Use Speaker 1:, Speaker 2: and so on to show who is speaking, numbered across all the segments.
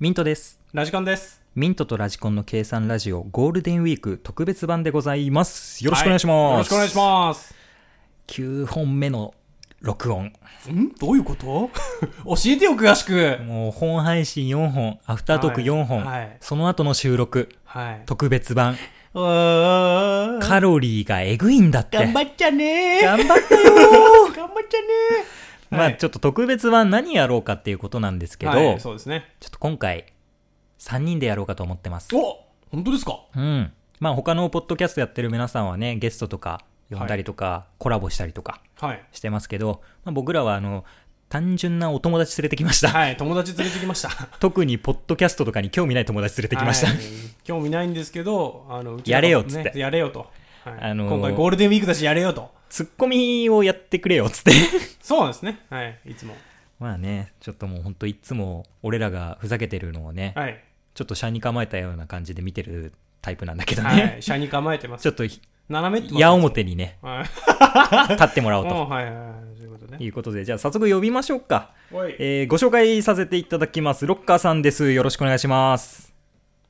Speaker 1: ミントです。
Speaker 2: ラジコンです。
Speaker 1: ミントとラジコンの計算ラジオゴールデンウィーク特別版でございます。よろしくお願いします。
Speaker 2: よろしくお願いします。
Speaker 1: す。9本目の録音。
Speaker 2: んどういうこと 教えてよ、詳しく。
Speaker 1: もう本配信4本、アフタートーク4本、
Speaker 2: はいはい
Speaker 1: その後の収録、
Speaker 2: はい。
Speaker 1: 特別版、
Speaker 2: うーん
Speaker 1: カロリーがえぐいんだって。
Speaker 2: 頑張っちゃねー。
Speaker 1: 頑張った よ
Speaker 2: 頑張っちゃねー。
Speaker 1: ま
Speaker 2: は
Speaker 1: あ
Speaker 2: い
Speaker 1: ちょっと特別版何やろうかっていうことなんですけど、
Speaker 2: はい
Speaker 1: ちょ
Speaker 2: そうですね。
Speaker 1: っと今回、3人でやろうかと思ってます。
Speaker 2: お本当ですか
Speaker 1: うん。まあ他のポッドキャストやってる皆さんはね、ゲストとか呼んだりとか、コラボしたりとか
Speaker 2: はい。
Speaker 1: してますけど、まあ、僕らはあの、単純なお友達連れてきました。
Speaker 2: はい、友達連れてきました。
Speaker 1: 特にポッドキャストとかに興味ない友達連れてきました。
Speaker 2: はい。興味ないんですけど、あの、う
Speaker 1: やれよ
Speaker 2: の
Speaker 1: っつって
Speaker 2: ねやれよと。はい
Speaker 1: あのー
Speaker 2: 今回ゴールデンウィークだしやれよと。
Speaker 1: ツッコミをやってくれよっつって。
Speaker 2: そうなんですね。はい、いつも。
Speaker 1: まあね、ちょっともうほんといつも俺らがふざけてるのをね、
Speaker 2: はい。
Speaker 1: ちょっと車に構えたような感じで見てるタイプなんだけどね。
Speaker 2: はい、車に構えてま す。
Speaker 1: ちょっとひ
Speaker 2: 斜めってます
Speaker 1: 矢面にね、
Speaker 2: はい。
Speaker 1: 立ってもらおうと。
Speaker 2: もうはいはいはい。そういうことね。
Speaker 1: いうことで、じゃあ早速呼びましょうか。
Speaker 2: おい。
Speaker 1: えーご紹介させていただきます。ロッカーさんです。よろしくお願いします。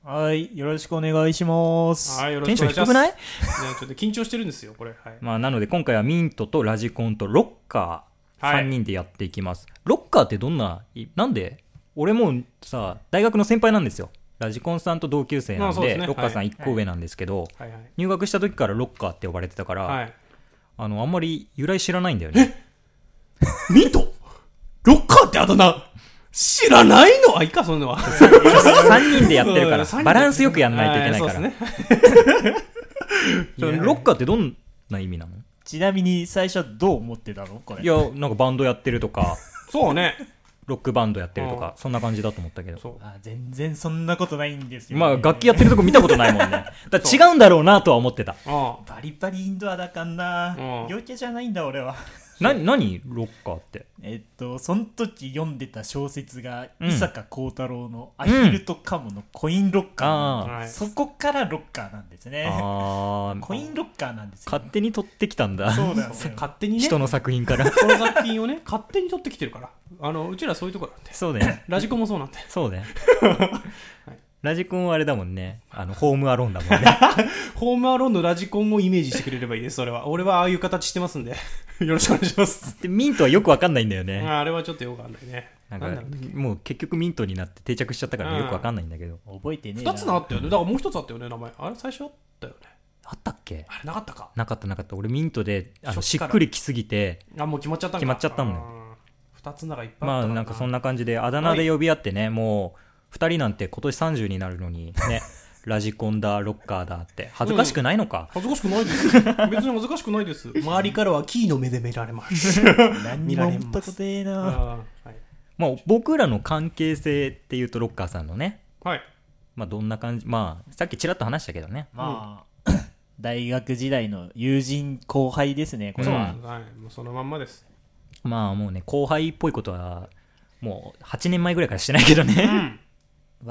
Speaker 3: はい、よろしくお願いします。
Speaker 2: はい、よろ
Speaker 1: テ
Speaker 2: し
Speaker 1: ン
Speaker 2: く
Speaker 1: シ
Speaker 2: お
Speaker 1: ョン
Speaker 2: 願いしま
Speaker 1: 低
Speaker 2: す。
Speaker 1: くない
Speaker 2: ねちょっと緊張してるんですよ、これ。はい。
Speaker 1: まあ、なので今回はミントとラジコンとロッカー
Speaker 2: はい
Speaker 1: 3人でやっていきます。ロッカーってどんな、いなんで俺もうさ、大学の先輩なんですよ。ラジコンさんと同級生な
Speaker 2: まあ
Speaker 1: ん
Speaker 2: そうで
Speaker 1: で、
Speaker 2: すね
Speaker 1: ロッカーさん
Speaker 2: はい
Speaker 1: 1個上なんですけど、
Speaker 2: はいはい。
Speaker 1: 入学した時からロッカーって呼ばれてたから、
Speaker 2: はい。
Speaker 1: あの、あんまり由来知らないんだよね。
Speaker 2: ミントロッカーってあだ名知らないのあ、いいか、そん なのは。
Speaker 1: 3人でやってるから
Speaker 2: うん三人、で
Speaker 1: バランスよくやんないといけないか
Speaker 2: は
Speaker 1: ら。
Speaker 2: そうですね。
Speaker 1: そのロッカーってどんな意味なの
Speaker 3: ちなみに最初はどう思ってたのこれ。
Speaker 1: いや、なんかバンドやってるとか、
Speaker 2: そうね。
Speaker 1: ロックバンドやってると か、そんな感じだと思ったけど。
Speaker 2: そう。
Speaker 3: あ全然そんなことないんですよ、
Speaker 1: まあ、楽器やってるとこ見たことないもんね。 だから違うんだろうなとは思ってた。
Speaker 2: あ
Speaker 3: バリバリインドアだかんな
Speaker 2: うん。
Speaker 3: 陽キャじゃないんだ俺は。
Speaker 1: な、何ロッカーって。
Speaker 3: えっと、その時読んでた小説が、
Speaker 1: うん
Speaker 3: 伊坂幸太郎のアヒルとカモのコインロッカー、
Speaker 2: あ。
Speaker 1: あ
Speaker 2: はい。
Speaker 3: そこからロッカーなんです
Speaker 1: あ。
Speaker 3: ね。
Speaker 1: ああ。
Speaker 3: コインロッカーなんですよ。
Speaker 1: 勝手に取ってきたんだ。
Speaker 3: そうだよ、ね。
Speaker 2: 勝手にね、
Speaker 1: 人
Speaker 2: こ
Speaker 1: の作品から。
Speaker 2: の作品をね、勝手に取ってきてるから。あの、うち らそういうところなんで。
Speaker 1: そうね。
Speaker 2: ラジコンもそうなんで。
Speaker 1: そうね
Speaker 2: はい。
Speaker 1: ラジコンはあれだもんね。あの、ホームアローンだもんね。
Speaker 2: ホームアローンのラジコンをイメージしてくれればいいです、それは。俺はああいう形してますんで。 よろしくお願いします。
Speaker 1: で、ミントはよくわかんないんだよね。
Speaker 2: ああれはちょっとよくあんないね。
Speaker 1: なん
Speaker 2: なん
Speaker 1: か
Speaker 2: だろうね、
Speaker 1: もう結局ミントになって定着しちゃったからね
Speaker 2: うん
Speaker 1: よくわかんないんだけど。
Speaker 3: 覚えてねえな。
Speaker 2: 二つのあったよね。だからもう一つあったよね、名前。あれ最初あったよね。
Speaker 1: あったっけ
Speaker 2: あれなかったか。
Speaker 1: なかったなかった。俺ミントで、あの、し
Speaker 2: 初期から
Speaker 1: っくりきすぎて、
Speaker 2: あ、もう決まっちゃったんだ
Speaker 1: 決まっちゃったんだよ
Speaker 2: 二つならいっぱい
Speaker 1: ま
Speaker 2: った
Speaker 1: あ
Speaker 2: ら
Speaker 1: なんかそんな感じであだ名で呼び合ってね、もう2人なんて今年30になるのにねラジコンだロッカーだって恥ずかしくないのか、
Speaker 2: 恥ずかしくないですよ。別に恥ずかしくないです。 周りからはキーの目で見られます。
Speaker 3: 何にも思ったことねえ
Speaker 2: あー
Speaker 3: な。
Speaker 2: はい。
Speaker 1: まあ、僕らの関係性っていうとロッカーさんのね
Speaker 2: はい。
Speaker 1: まあどんな感じまあさっきちらっと話したけどね
Speaker 3: まあ、 大学時代の友人後輩ですね、これ
Speaker 2: そう、
Speaker 3: は。
Speaker 2: はい。もうそのまんまです。
Speaker 1: まあもうね後輩っぽいことはもう8年前ぐらいからしてないけど
Speaker 2: う
Speaker 1: ね
Speaker 2: ん。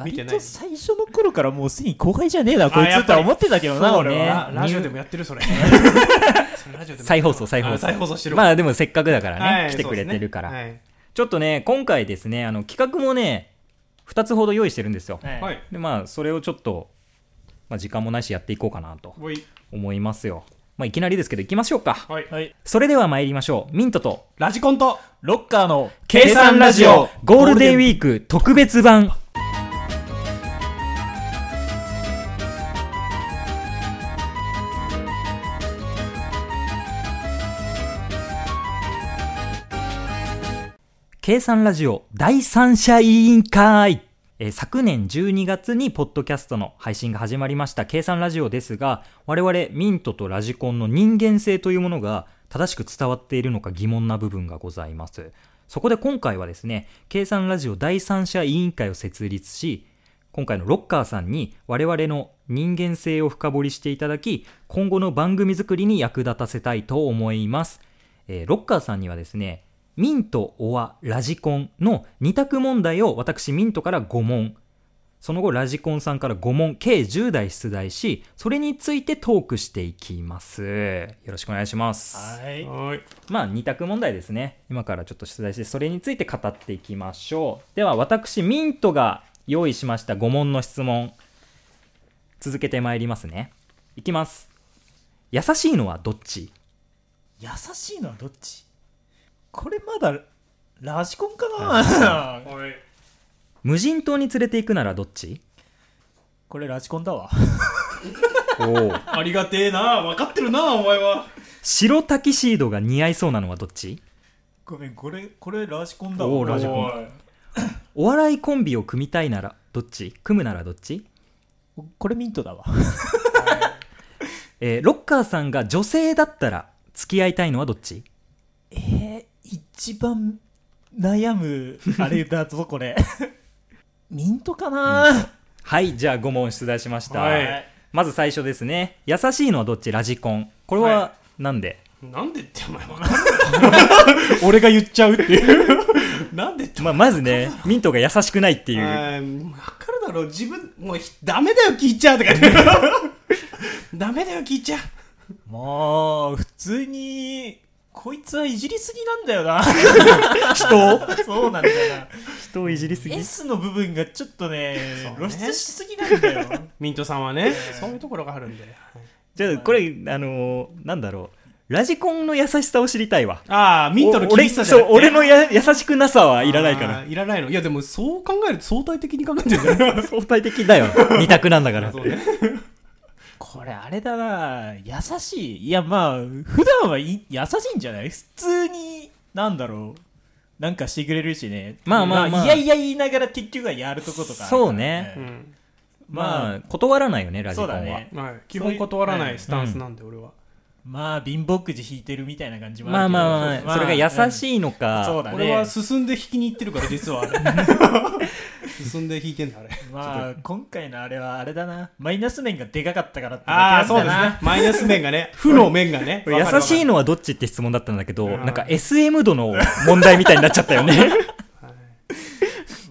Speaker 2: 見てな
Speaker 3: 割
Speaker 2: い
Speaker 3: と最初の頃からもうすでに後輩じゃねえな、こい
Speaker 2: あやっ
Speaker 3: つと
Speaker 2: ぱ
Speaker 3: は
Speaker 2: り
Speaker 3: 思ってたけどな、
Speaker 1: そうね
Speaker 3: 俺は。
Speaker 2: あラジオでもやってる、それ。それラジオで も
Speaker 1: 再放送再放
Speaker 2: あ
Speaker 1: 送
Speaker 2: 再放送してる。
Speaker 1: ま
Speaker 2: あ、
Speaker 1: あでもせっかくだからね、
Speaker 2: はい
Speaker 1: 来てくれてるから、
Speaker 2: そうですね
Speaker 1: ちょっとね今回ですねあの企画もね2つほど用意してるんですよ、
Speaker 3: はい
Speaker 2: はい。はい。
Speaker 1: でまあそれをちょっと、まあ、時間もないしやっていこうかなと
Speaker 2: おい。
Speaker 1: 思いますよ、まあ、いきなりですけどいきましょうか
Speaker 2: はい。
Speaker 3: はい。
Speaker 1: それでは参りましょうミントと
Speaker 2: ラジコンと、
Speaker 3: ロッカーの
Speaker 2: 計算ラジオ
Speaker 1: ゴールデンウィーク特別版計算ラジオ第三者委員会えー昨年12月にポッドキャストの配信が始まりました計算ラジオですが我々ミントとラジコンの人間性というものが正しく伝わっているのか疑問な部分がございますそこで今回はですね計算ラジオ第三者委員会を設立し今回のロッカーさんに我々の人間性を深掘りしていただき今後の番組作りに役立たせたいと思います、えーロッカーさんにはですねミント・オア・ラジコンの2択問題を私ミントから5問その後ラジコンさんから5問計10題出題しそれについてトークしていきますよろしくお願いします
Speaker 3: はい。
Speaker 2: はい。
Speaker 1: まあ2択問題ですね今からちょっと出題してそれについて語っていきましょうでは私ミントが用意しました5問の質問続けてまいりますねいきます優しいのはどっち
Speaker 3: 優しいのはどっちこれまだラジコンかな
Speaker 2: はい。
Speaker 1: 無人島に連れて行くならどっち
Speaker 3: これラジコンだわ
Speaker 1: おお
Speaker 2: ありがてえな。分かってるな、お前は。
Speaker 1: 白タキシードが似合いそうなのはどっち
Speaker 3: ごめんこれこれラジコンだわ
Speaker 1: おーラジコン
Speaker 2: おい
Speaker 1: お笑いコンビを組みたいならどっち組むならどっち、
Speaker 3: これミントだわ
Speaker 1: えーロッカーさんが女性だったら付き合いたいのはどっち
Speaker 3: えー、一番悩むあれだぞ これミントかな
Speaker 1: はいじゃあ5問出題しました、
Speaker 2: はい
Speaker 1: まず最初ですね優しいのはどっちラジコンこれは
Speaker 2: は
Speaker 1: なんで、
Speaker 2: なんでってお前分かるの 俺が言っちゃうっていう。なんでっ て
Speaker 1: まあ、まずねミントが優しくないっていう、
Speaker 2: 分かるだろう。自分、もうひ、ダメだよ、聞いちゃうとか言って。 ダメだよ、聞いちゃう。
Speaker 3: もう普通にこいつはいじりすぎなんだよな
Speaker 1: 人を
Speaker 3: そうなんだよな
Speaker 1: 人をいじりすぎ
Speaker 3: S の部分がちょっとね
Speaker 2: そうね
Speaker 3: 露出しすぎなんだよ
Speaker 2: ミントさんはね、そういうところがあるんで。
Speaker 1: じゃあこれあのーなんだろうラジコンの優しさを知りたいわ
Speaker 2: ああ、ミントの厳しさじゃなくて
Speaker 1: お俺そう俺のや優しくなさはいらないか
Speaker 2: あ
Speaker 1: ら
Speaker 2: ーいらないの。いや、でもそう考えると相対的に考えてるじゃない
Speaker 1: 相対的 だよ二択なんだから
Speaker 2: そうね。
Speaker 3: これあれだな優しいいやまあ普段はい優しいんじゃない普通になんだろうなんかしてくれるしね
Speaker 1: まあまあまあ
Speaker 3: いやいや言いながら結局はやるとことかあるから
Speaker 1: そうね
Speaker 2: うん
Speaker 1: まあ断らないよねラジコンは
Speaker 3: そうだね
Speaker 2: はい、基本断らないスタンスなんで、俺は。
Speaker 3: まあ貧乏くじ引いてるみたいな感じも
Speaker 1: ま
Speaker 3: あ
Speaker 1: あ
Speaker 3: るけど
Speaker 1: まあまあ、それが優
Speaker 3: い、
Speaker 1: しいの
Speaker 3: うんそう
Speaker 1: か、
Speaker 3: だね
Speaker 2: 俺は進んで引きに行ってるから実はあれ進んで引いてんだあれ
Speaker 3: まあ今回のあれはあれだなマイナス面がでかかったからって
Speaker 2: あ あ
Speaker 3: だけ
Speaker 2: そう
Speaker 3: な
Speaker 2: で
Speaker 3: ん
Speaker 2: す
Speaker 3: だな
Speaker 2: ねマイナス面が ね負の面がね
Speaker 1: 優しい
Speaker 2: の
Speaker 1: のはどっちって質問だったんだけど、
Speaker 2: ん
Speaker 1: なんか SM 度の問題みたいになっちゃったよ ね。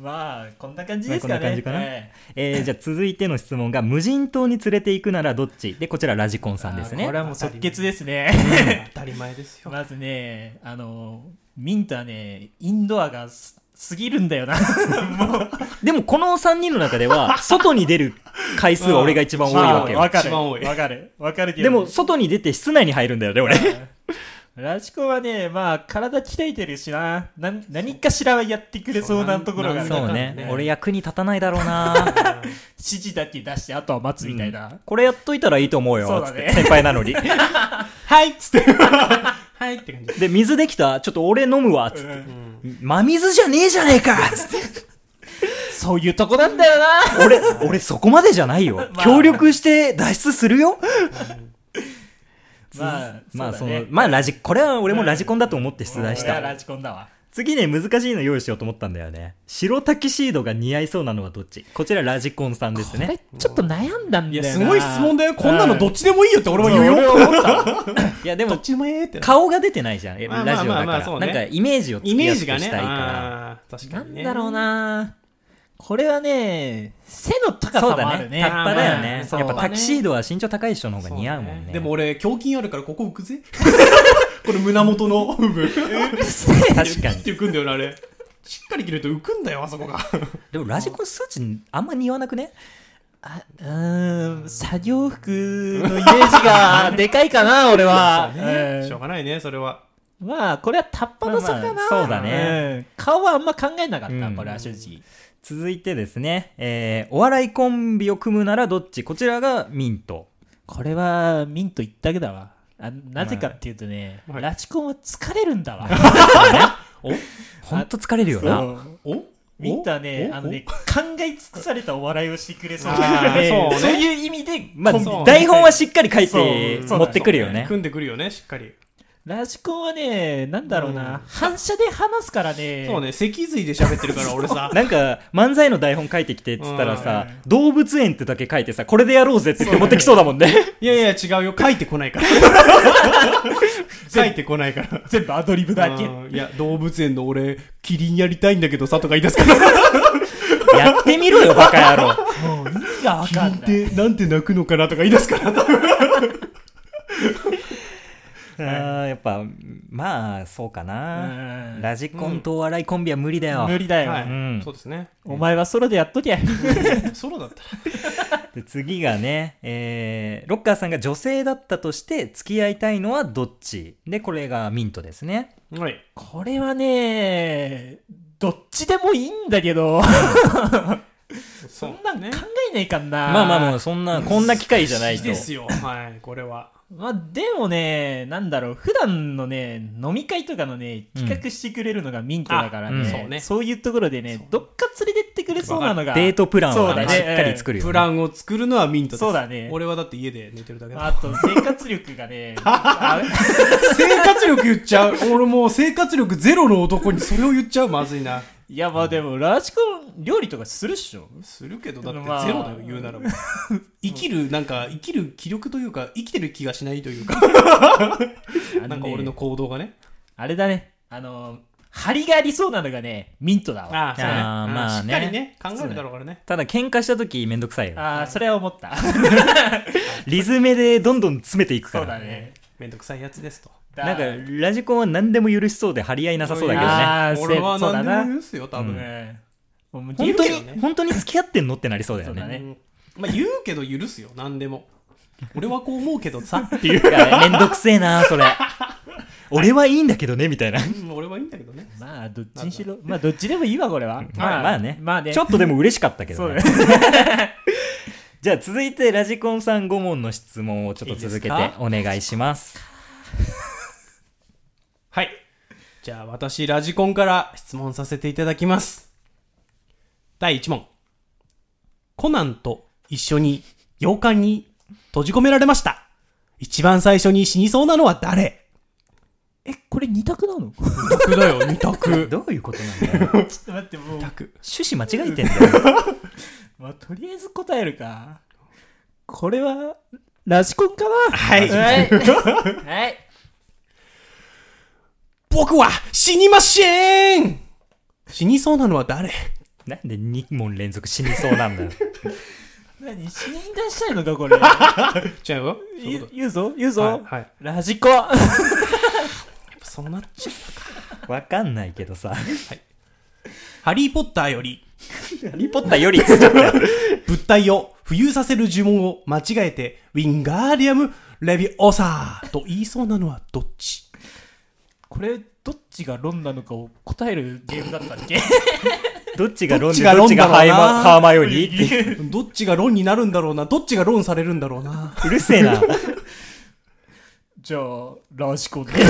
Speaker 3: まあこんな感じですか
Speaker 1: まあ
Speaker 3: ね
Speaker 1: こんな感じかな
Speaker 3: はい
Speaker 1: えーじゃあ続いての質問が、無人島に連れて行くならどっちで、こちらラジコンさんです
Speaker 3: あー
Speaker 1: ね
Speaker 3: これ。はもう即決です
Speaker 2: 当
Speaker 3: ね
Speaker 2: たり前ですよ
Speaker 3: まずねあのミントはねインドアがすすぎるんだよな
Speaker 1: でもこの3人の中では、外に出る回数は俺が一番多いわけ
Speaker 3: まあ
Speaker 1: よ。
Speaker 3: わか
Speaker 2: 一
Speaker 3: る
Speaker 2: 番多い
Speaker 3: わかるわかるけど
Speaker 1: でも、外に出て室内に入るんだよね、俺。
Speaker 3: ラジコンはねまあ体鍛えてるしななん何かしらはやってくれそうなところがある
Speaker 2: そ
Speaker 3: か
Speaker 2: う
Speaker 3: ら
Speaker 1: そ
Speaker 2: な
Speaker 1: うんね
Speaker 2: ね。
Speaker 1: 俺役に立たないだろうな
Speaker 3: 指示だけ出してあとは待つみたいな、
Speaker 1: これやっといたらいいと思うよ。
Speaker 3: そうだね
Speaker 1: つって先輩なのに。
Speaker 2: はいっつってはいって感じ
Speaker 1: で、水できたちょっと俺飲むわ。つって。真水じゃねえじゃねえかつって。
Speaker 3: そういうとこなんだよな
Speaker 1: 俺、俺そこまでじゃないよ。
Speaker 3: まあ
Speaker 1: 協力して脱出するよ。
Speaker 3: まあ、
Speaker 1: まあ、そ
Speaker 3: そうだ
Speaker 1: の
Speaker 3: ね、
Speaker 1: まあ、ラジ、これは俺もラジコンだと思って出題し
Speaker 3: 俺は
Speaker 1: た。
Speaker 3: ラジコンだわ。
Speaker 1: 次ね、難しいの用意しようと思ったんだよね。白タキシードが似合いそうなのはどっちこちらラジコンさんですね。
Speaker 3: ちょっと悩んだん
Speaker 2: いやすごい質問だよこんなのどっ
Speaker 3: ち
Speaker 2: ちでもいいよって俺も言うよ
Speaker 1: いや、で
Speaker 2: ど
Speaker 1: も
Speaker 2: っ、ちでもええってな
Speaker 1: 顔が出てないじゃん。え
Speaker 2: まあ
Speaker 1: ラ
Speaker 2: まあ
Speaker 1: ジオだ
Speaker 2: ま
Speaker 1: か
Speaker 2: あまあそ
Speaker 1: ら。
Speaker 2: う
Speaker 1: な
Speaker 2: ね
Speaker 1: んか、イメージを
Speaker 2: イ
Speaker 1: つき
Speaker 2: メ
Speaker 1: や
Speaker 2: ー
Speaker 1: す
Speaker 2: ジ
Speaker 1: く
Speaker 2: がね
Speaker 1: したいか
Speaker 2: あー確
Speaker 3: な
Speaker 2: かに
Speaker 3: ん
Speaker 2: ね
Speaker 3: だろうなこれはね、背の
Speaker 1: ら。
Speaker 3: 高さ
Speaker 1: そう
Speaker 3: もあ
Speaker 1: だ
Speaker 3: る
Speaker 1: ね。
Speaker 3: ね。
Speaker 1: タッパだよね。
Speaker 3: そう
Speaker 1: やっぱタキシードは身長高い人の方が似合うもんね。
Speaker 2: でも俺胸筋あるからここ浮くぜこれ胸元の部分
Speaker 1: 確かに。
Speaker 2: って浮くんだよなあれしっかり切ると浮くんだよあそこが
Speaker 1: でもラジコン数値あんま似合わなくね
Speaker 3: あうーん、作業服のイメージがでかいかな、俺は。うん
Speaker 2: しょうがないねそれは
Speaker 3: まあ、これはタッパの差かな。
Speaker 1: まあまあそうだね
Speaker 3: うん。顔はあんま考えなかっ
Speaker 1: う
Speaker 3: た、
Speaker 1: ん
Speaker 3: これは正直。
Speaker 1: 続いてですね、えーお笑いコンビを組むならどっちこちらがミント。
Speaker 3: これはミント一択だわあなぜかっていうとね、
Speaker 2: はい
Speaker 3: ラチコンは疲れるんだわ
Speaker 1: ほんと疲れるよな。
Speaker 2: お
Speaker 3: ミントはね
Speaker 2: お
Speaker 3: あのね考え尽くされたお笑いをしてくれそう
Speaker 2: あ
Speaker 3: な
Speaker 2: ー
Speaker 3: ね
Speaker 2: そうね
Speaker 3: そういう意味で、
Speaker 1: まあ、
Speaker 3: コンビ
Speaker 2: そう
Speaker 1: 台本はしっかり書いて
Speaker 3: そうそう
Speaker 1: 持ってくるよね。
Speaker 2: 組んでくるよねしっかり
Speaker 3: ラチコンはねなんだろう
Speaker 2: う
Speaker 3: な、
Speaker 2: ん
Speaker 3: 反射で話すからね
Speaker 2: そうね脊髄で喋ってるから 俺さ
Speaker 1: なんか、漫才の台本書いてきてっつったらさ、動物園ってだけ書いてさ、これでやろうぜって言って持ってきそうだもんね。
Speaker 2: いやいや違うよ書いてこないから書いてこないから
Speaker 3: 全部アドリブだけ
Speaker 2: うんいや動物園の俺キリンやりたいんだけどさとか言い出すから
Speaker 1: やってみろよ、バカ野郎。
Speaker 3: もう意味がわ
Speaker 2: キ
Speaker 3: かんない
Speaker 2: リンってなんて泣くのかなとか言い出すから
Speaker 1: あーやっっぱまあそうかな、
Speaker 3: ん
Speaker 1: ラジコンとお笑いコンビは無理だよ、
Speaker 3: 無理だよ、
Speaker 2: はい、
Speaker 1: うん
Speaker 2: そうですね。
Speaker 3: お前はソロでやっとけ
Speaker 2: ソロだったら。
Speaker 1: で次がね、えーロッカーさんが女性だったとして付き合いたいのはどっちでこれがミントですね
Speaker 2: はい。
Speaker 3: これはねどっちでもいいんだけど考
Speaker 2: そんなんね。
Speaker 3: えないかんな
Speaker 1: まあまあもうそんなこんな機会じゃない
Speaker 2: い
Speaker 1: と
Speaker 2: いですよ。はい、これは。
Speaker 3: まあでもねなんだろう普段のね飲み会とかのね企画してくれるのがミントだからね,、
Speaker 1: うんあうん
Speaker 3: そう
Speaker 2: そうね
Speaker 3: いうところでねどっか連れてってくれそうなのが
Speaker 1: デートプランを、
Speaker 3: そうだ
Speaker 1: ね
Speaker 3: ね
Speaker 1: しっかり作るよ、ね
Speaker 2: プランを作るのはミントです。
Speaker 3: そうだね
Speaker 2: 俺はだって家で寝てるだけだ。
Speaker 3: あと生活力がねあ
Speaker 2: 生活力言っちゃう。俺もう生活力ゼロの男にそれを言っちゃう。まずいな。
Speaker 3: いやまあでもラジコン料理とかするっしょ
Speaker 2: するけど、だっ
Speaker 3: まあ
Speaker 2: てゼロだよ、言うならば。生きる、なんか、生きる気力というか、生きてる気がしないというか、
Speaker 3: あ
Speaker 2: な
Speaker 3: の
Speaker 2: んか
Speaker 3: ね
Speaker 2: 俺の行動がね。
Speaker 3: あれだねあの張りがありそうなのがねミントだわ
Speaker 2: あ
Speaker 1: そうねあー
Speaker 2: うん
Speaker 1: まあね
Speaker 2: しっかりね、考えるだろうからね。
Speaker 1: ただ喧嘩した時めんどくさいよ
Speaker 3: ああそれは思った
Speaker 1: リズメでどんどん詰めていくか
Speaker 3: そ
Speaker 1: ら
Speaker 3: うだね
Speaker 2: めんどくさいやつですと。
Speaker 1: なんかラジコンは何でも許しそうで張り合いなさそうだけどね
Speaker 3: あーせ
Speaker 2: 俺は
Speaker 3: そうだ
Speaker 2: 何
Speaker 3: な
Speaker 2: でも言うっすよ、多分。
Speaker 3: うんもう
Speaker 1: 本
Speaker 3: 本
Speaker 1: 当
Speaker 3: 当
Speaker 1: に、
Speaker 3: に
Speaker 1: 本当に付き合ってんのってなりそうだよね
Speaker 3: そうだね
Speaker 2: うんまあ言うけど許すよ、何でも。俺はこう思うけどさ、
Speaker 1: っていうかめんどくせえなそれ俺はいいんだけどねみたいな
Speaker 2: うん俺はいいんだけどね。
Speaker 3: まあどっちにしろまあどっちでもいいわこれは
Speaker 1: まあまあね
Speaker 3: まあね
Speaker 1: ちょっとでも嬉しかったけ
Speaker 3: そ
Speaker 1: ど、
Speaker 3: う
Speaker 1: ね
Speaker 3: だね
Speaker 1: じゃあ続いてラジコンさん5問の質問をちょっと続けて
Speaker 2: いいですか
Speaker 1: お願いします
Speaker 2: はい。じゃあ私、ラジコンから質問させていただきます。第1問。コナンと一緒に洋館に閉じ込められました。一番最初に死にそうなのは誰
Speaker 3: えこれ二択なのちょ
Speaker 2: 二択だよ、二択。
Speaker 1: どういうことなんだよ
Speaker 3: っと待って もう
Speaker 2: 二択。
Speaker 1: 趣旨間違えてんだよ
Speaker 3: まあとりあえず答えるかこれはラジコンかな
Speaker 2: はい
Speaker 3: はいはい
Speaker 2: 僕は死にません死にそうなのは誰
Speaker 1: なんで2問連続死にそうなんだよ
Speaker 3: 何死に出したいのかこれ
Speaker 2: 違うよ。
Speaker 3: 言う言うぞ言うぞ、
Speaker 2: はいはい
Speaker 3: ラジコ ン
Speaker 2: そうなっちゃう。
Speaker 1: わかんないけどさ
Speaker 2: ハリーポッターより
Speaker 1: ハリーポッターよりつっちゃったよ
Speaker 2: 物体を浮遊させる呪文を間違えて、ウィンガーディアム・レビオーサーと言いそうなのはどっち
Speaker 3: これどっちがロンなのかを答えるゲームだったっけ
Speaker 1: どっちがロンでど
Speaker 2: ど
Speaker 1: っ
Speaker 2: っ
Speaker 1: ち
Speaker 2: ち
Speaker 1: が
Speaker 2: が
Speaker 1: ハ
Speaker 2: ロンだろうな
Speaker 1: イマハーマヨニーっていう
Speaker 2: どっちが論になるんだろうな、どっちが論されるんだろうな。
Speaker 1: うるせえな
Speaker 3: じゃあラジコンで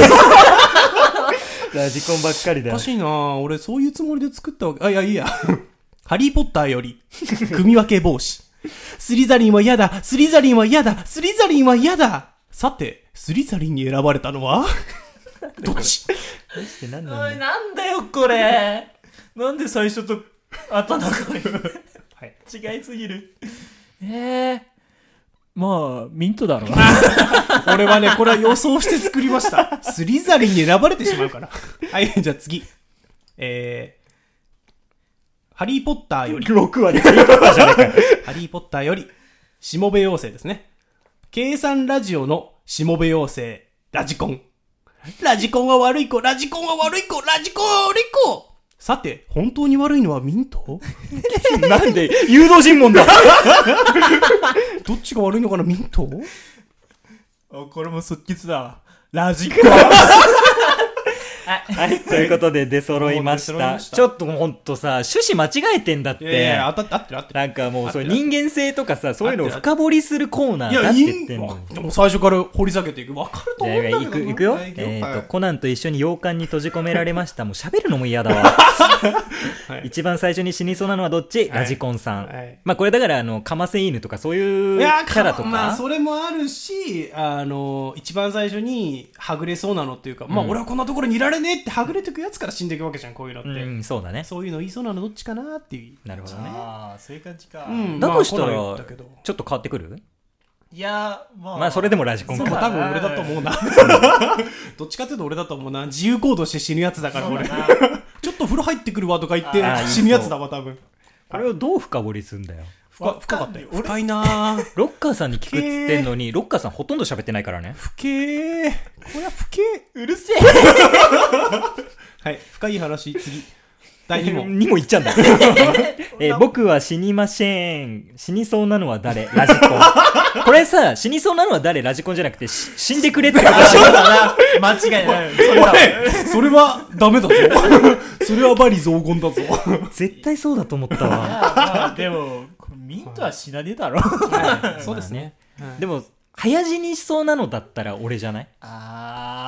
Speaker 1: ラジコンばっかりだ
Speaker 2: お
Speaker 1: よ
Speaker 2: かしいなぁ俺そういうつもりで作ったわけ。あ、いや、いいや。 ハリーポッターより、 組み分け帽子。スリザリンは嫌だスリザリンは嫌だスリザリンは嫌ださて、スリザリンに選ばれたのは どっち
Speaker 1: ってなんなんだよ
Speaker 3: おいなんだよこれ なんで最初と頭が 違いすぎるえー、まあミントだろう な
Speaker 2: 俺はね、これは予想して作りました。スリザリンに選ばれてしまうから。はい、じゃあ次。えー、ハリーポッターより、
Speaker 1: 6割ハリーポッターじゃねえかよ
Speaker 2: ハリーポッターより、しもべ妖精ですね。計算ラジオのしもべ妖精、ラジコン。ラジコンは悪い子、ラジコンは悪い子、ラジコンは悪い子さて、本当に悪いのはミント
Speaker 1: なんで誘導尋問だ
Speaker 2: どっちが悪いのかな、ミント
Speaker 3: おこれも即決だわラジコ ン
Speaker 1: はい、 ということで出揃いまし
Speaker 2: 出揃い
Speaker 1: た。
Speaker 2: ました
Speaker 1: ちょっともうほんとさ、趣旨間違えてんだって。
Speaker 2: 当たってる、合ってる。
Speaker 1: なんかもう、それ
Speaker 2: 合ってる
Speaker 1: 人間性とかさ、そういうのを
Speaker 2: 合って
Speaker 1: 深掘りするコーナ
Speaker 2: い
Speaker 1: ーだ
Speaker 2: や、
Speaker 1: っ
Speaker 2: い
Speaker 1: て
Speaker 2: い
Speaker 1: 言ってんの。
Speaker 2: でも最初から掘り下げていく。わかると
Speaker 1: じゃ
Speaker 2: 思
Speaker 1: あ、
Speaker 2: うんだけど
Speaker 1: いく、いくよ。
Speaker 2: はい
Speaker 1: えっ、
Speaker 2: はい
Speaker 1: と、コナンと一緒に洋館に閉じ込められま した。もう喋るのも嫌だわ。
Speaker 2: はい
Speaker 1: 一番最初に死にそうなのはどっち、ラジコンさん。
Speaker 2: はい
Speaker 1: まあ、これだから、あの、かませ犬とかそういう
Speaker 2: い
Speaker 1: キ
Speaker 2: や
Speaker 1: ャラとか。
Speaker 2: まあそれもあるしあの一番最初にはぐれそうなのっていうか、まあ俺はこんなところにいられねえってはぐれてくやつから死んでいくわけじゃんこういうのって、
Speaker 1: うん、そうだね。
Speaker 2: そういうの言いそうなのどっちかなっていう
Speaker 1: なるほどね。
Speaker 3: ああそういう感じか、
Speaker 2: うん
Speaker 1: だとしたら、
Speaker 2: まあ
Speaker 1: ち
Speaker 2: コナン
Speaker 1: ょ
Speaker 2: だけど
Speaker 1: っと変わってくる
Speaker 3: いやまあ
Speaker 1: まあ、それでもラジコン
Speaker 2: でも
Speaker 1: か。
Speaker 2: 多分俺だと思 うな どっちかっていうと俺だと思うな自由行動して死ぬやつだから俺 ちょっと風呂入ってくるわとか言って
Speaker 1: あー
Speaker 2: 死ぬやつだわ多分
Speaker 1: これをどう深掘りするんだよ。
Speaker 2: 深深かったよ。深いなぁ。
Speaker 1: ロッカーさんに聞くっつってんのに、ロッカーさんほとんど喋ってないからね。
Speaker 2: 不敬。これは不敬。
Speaker 3: うるせえ
Speaker 2: はい、深い話、次。第2問。
Speaker 1: にも言っちゃうん だ。えー僕は死にません。死にそうなのは誰ラジコン。これさ、死にそうなのは誰ラジコンじゃなくて、し死んでくれってことでしょ。
Speaker 3: だな間違いないそれだわ
Speaker 2: それはダメだぞ。 それはバリ雑言だぞ。
Speaker 1: 絶対そうだと思ったわ。
Speaker 3: いやまあでもこれミントは死なねえだろ
Speaker 2: そうですね。
Speaker 1: でも、早死にしそうなのだったら俺じゃない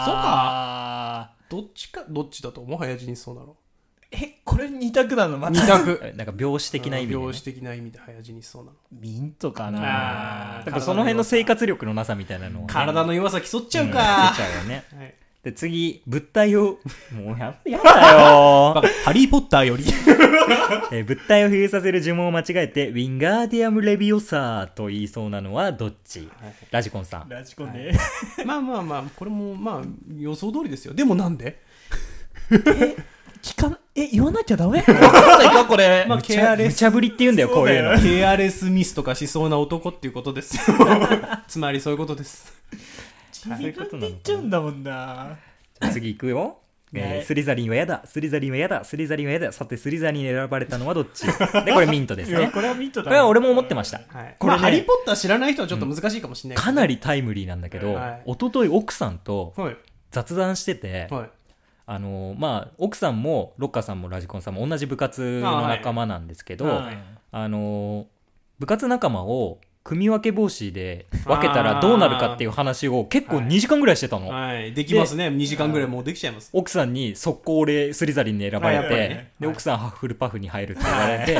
Speaker 3: あ
Speaker 2: どっちか、どっちだと思う早死にしそうなの。
Speaker 3: そうかえこれ二択なのま
Speaker 2: 二
Speaker 3: た
Speaker 2: 択。
Speaker 1: なんか病死的な意味で、ね。
Speaker 2: 病死的な意味で早死にしそうなの。
Speaker 3: ミントか
Speaker 2: あ
Speaker 3: な
Speaker 2: ー
Speaker 1: だからその辺の生活力のなさみたいなのをね、
Speaker 2: 体の弱さ競っちゃう
Speaker 1: 出
Speaker 2: か
Speaker 1: ち。ゃうよね。
Speaker 2: はい
Speaker 1: で、次、物体を、もうややだよ、
Speaker 2: ハリー・ポッターより。
Speaker 1: えー物体を浮遊させる呪文を間違えて、ウィンガーディアム・レビオサーと言いそうなのはどっち、ラジコンさん。
Speaker 3: ラジコンね、
Speaker 2: まあまあまあ、これもまあ予想通りですよ。でもなんで
Speaker 3: 聞かんえ言わなきゃダ メ分かんないかこれ
Speaker 2: まあ
Speaker 1: むち
Speaker 2: ケア
Speaker 1: ゃ
Speaker 2: レ
Speaker 1: む
Speaker 2: ス
Speaker 1: ちゃぶりって言うんだよ、こういうの。
Speaker 2: ケアレスミスとかしそうな男っていうこ とですよ。つまりそういうことです。
Speaker 1: ういう
Speaker 3: 自
Speaker 1: ことなのか
Speaker 3: 分
Speaker 1: な
Speaker 3: で言っちゃうんだもんな
Speaker 1: 次行くよ。えー
Speaker 3: ね
Speaker 1: スリザリンはやだ、スリザリンはやだ、スリザリンはやだ、さてスリザリンに選ばれたのはどっちで、これミントです
Speaker 3: いや
Speaker 1: ね。
Speaker 3: これはミント
Speaker 1: こ
Speaker 3: だ
Speaker 1: れは俺も思ってました。
Speaker 2: はい。
Speaker 1: これね
Speaker 2: まあ、ハリー・ポッター知らない人はちょっと難しいかもしれないけど
Speaker 1: かなりタイムリーなんだけど、
Speaker 2: はい
Speaker 1: 一昨日奥さんと
Speaker 2: はい。
Speaker 1: 雑談してて、
Speaker 2: はい。
Speaker 1: あのまあ、奥さんもロッカーさんもラジコンさんも同じ部活の仲間なんですけど
Speaker 2: あ
Speaker 1: あ、
Speaker 2: はい
Speaker 1: の部活仲間を組み分け防止で分けたらどうなるかっていう話を結構
Speaker 2: はい
Speaker 1: 2時間ぐらいしてたの、
Speaker 2: はい。できますね。2時間ぐらいもうできちゃいます。
Speaker 1: 奥さんに速攻俺スリザリンに選ばれ
Speaker 2: あ
Speaker 1: て
Speaker 2: やっ、ぱりね
Speaker 1: で奥さんハッフルパフに入るって言われて、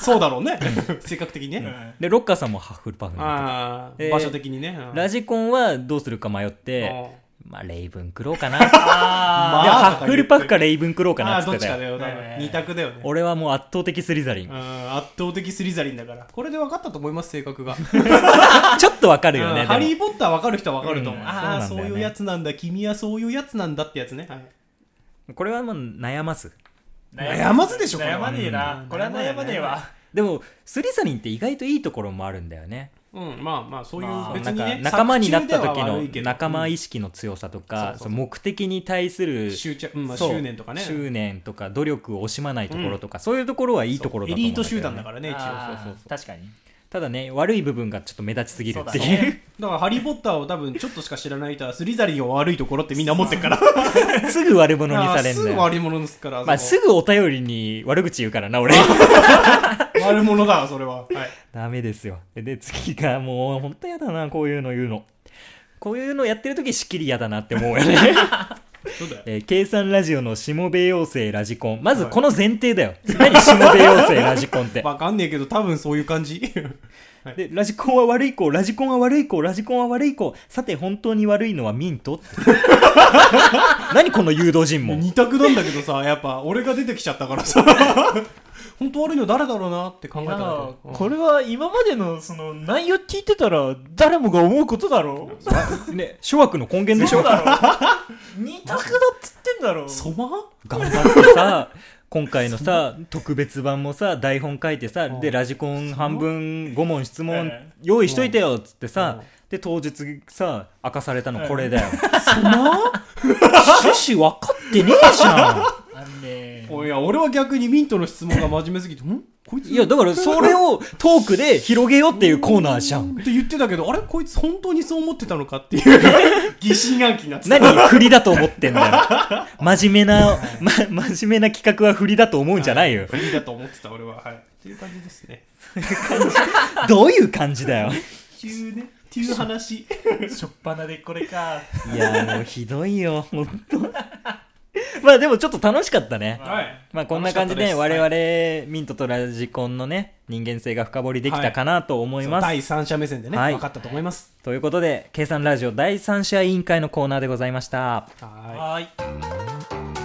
Speaker 2: そうだろうね。性格的にね。
Speaker 1: でロッカーさんもハッフルパフに入って
Speaker 2: あ
Speaker 1: えー
Speaker 2: あ、場所的にね。うん
Speaker 1: ラジコンはどうするか迷って、
Speaker 2: うん
Speaker 1: まあ、レイブンクローかないやハッフルパフかレイブンクローかなっ
Speaker 2: あ
Speaker 1: つ
Speaker 2: あ、
Speaker 1: っ
Speaker 2: どってち
Speaker 1: た
Speaker 2: か
Speaker 1: よ
Speaker 2: だよ。多
Speaker 3: ね
Speaker 2: 分二択だよね。
Speaker 1: 俺はもう圧倒的スリザリン
Speaker 2: うん圧倒的スリザリンだから。これで分かったと思います、性格が。
Speaker 1: ちょっとわかるよ
Speaker 2: う
Speaker 1: ね
Speaker 2: ん
Speaker 1: でも
Speaker 2: ハリー・ポッター分かる人は分かると思う。
Speaker 1: うん
Speaker 2: ああ、
Speaker 1: そう
Speaker 2: そ
Speaker 1: なんだよ
Speaker 2: う
Speaker 1: ね
Speaker 2: いうやつなんだ。君はそういうやつなんだってやつね。はい
Speaker 1: これはもう悩ます
Speaker 2: 悩まずでしょこれ
Speaker 3: 悩
Speaker 2: は
Speaker 3: まねえなこれは悩まねえわ
Speaker 1: でもスリザリンって意外といいところもあるんだよね
Speaker 2: うん、まあまあ、そうい
Speaker 3: まあ
Speaker 2: う別
Speaker 1: なん
Speaker 2: に
Speaker 1: か
Speaker 2: ね、
Speaker 1: 仲間になった
Speaker 2: 作
Speaker 1: 時
Speaker 2: 中では悪
Speaker 1: の
Speaker 2: いけど
Speaker 1: 仲間
Speaker 2: うん
Speaker 1: 意識の強さと
Speaker 2: う
Speaker 1: か
Speaker 2: ん
Speaker 1: その目的に対する
Speaker 2: 執着、うんまあ、
Speaker 1: そう
Speaker 2: 執念とかね。
Speaker 1: 執念とか努力を惜しまないところとか、そういうところはいいところだ
Speaker 2: エ
Speaker 1: と思う
Speaker 2: リ
Speaker 1: ん
Speaker 2: ー
Speaker 1: だ
Speaker 2: ト
Speaker 1: けどね
Speaker 2: 集団だからね、一応。
Speaker 3: あ
Speaker 1: そ
Speaker 3: ー
Speaker 1: うそうそう
Speaker 3: 確かに
Speaker 1: ただね悪い部分がちょっと目立ちすぎるっていう
Speaker 3: そうだね
Speaker 2: だから、ハリー・ポッターを多分、ちょっとしか知らない人は、スリザリンを悪いところってみんな思ってるから。
Speaker 1: すぐ悪者にされ
Speaker 2: あー
Speaker 1: ん
Speaker 2: す
Speaker 1: だ
Speaker 2: ぐ
Speaker 1: よ
Speaker 2: 悪いものですから。
Speaker 1: まあ、
Speaker 2: そ
Speaker 1: すぐお便りに悪口言うからな俺
Speaker 2: の悪者だわ、それは。はい。
Speaker 1: ダメですよで次がもう本当やだなこういうの言うのこういうのやってる時しっきり嫌だなって思うよね
Speaker 2: そうだよ。
Speaker 1: えー計算ラジオのしもべ妖精ラジコン。まずこの前提だよ。何しもべ妖精ラジコンって。
Speaker 2: わかんねえけど、多分そういう感じ。
Speaker 1: で、ラジコンは悪い子、ラジコンは悪い子、ラジコンは悪い子。さて、本当に悪いのはミント何この誘導尋問。
Speaker 2: 二択なんだけどさ、やっぱ、俺が出てきちゃったか らさ。本当悪いの誰だろうなって考えただけ
Speaker 3: あ
Speaker 2: うん
Speaker 3: ーこれは今までのその内容聞いてたら誰もが思うことだろう
Speaker 1: ね、諸悪の根源でし
Speaker 3: そう
Speaker 1: ょ
Speaker 3: だろう二択だっつってんだろう
Speaker 2: そば
Speaker 1: 頑張ってさ、今回のさ、特別版もさ、台本書いてさ、で、ラジコン半分5問質問
Speaker 3: ええ
Speaker 1: 用意しといてよ、つってさ
Speaker 2: うん、
Speaker 1: で、当日さ、明かされたのこれだよ。
Speaker 2: そば
Speaker 1: 趣旨分かってねえじゃん。
Speaker 3: あんね
Speaker 2: おいや、俺は逆にミントの質問が真面目すぎて、んこいつ
Speaker 1: いや、だからそれをトークで広げようっていうコーナーじゃん。
Speaker 2: って言ってたけど、あれこいつ本当にそう思ってたのかっていう。 疑心暗鬼になってた。
Speaker 1: 何振りだと思ってんだよ。真面目な、ま、真面目な企画は振りだと思うんじゃないよ。
Speaker 2: 不利だと思ってた、俺は。はい。っていう感じですね。
Speaker 1: どういう感じだよ。
Speaker 2: っていうね。っていう話。
Speaker 3: しょっぱなでこれか
Speaker 1: いや、もうひどいよ、ほんと。まあでもちょっと楽しかったね。
Speaker 2: はい。
Speaker 1: まあこんな感じで
Speaker 2: 楽しかったす
Speaker 1: 我々、ミントとラジコンのね、人間性が深掘りできたかなと思います。
Speaker 2: 第三者目線でね、
Speaker 1: はい
Speaker 2: 分かったと思います。
Speaker 1: ということで、計算ラジオ第三者委員会のコーナーでございました。
Speaker 2: は
Speaker 3: はーい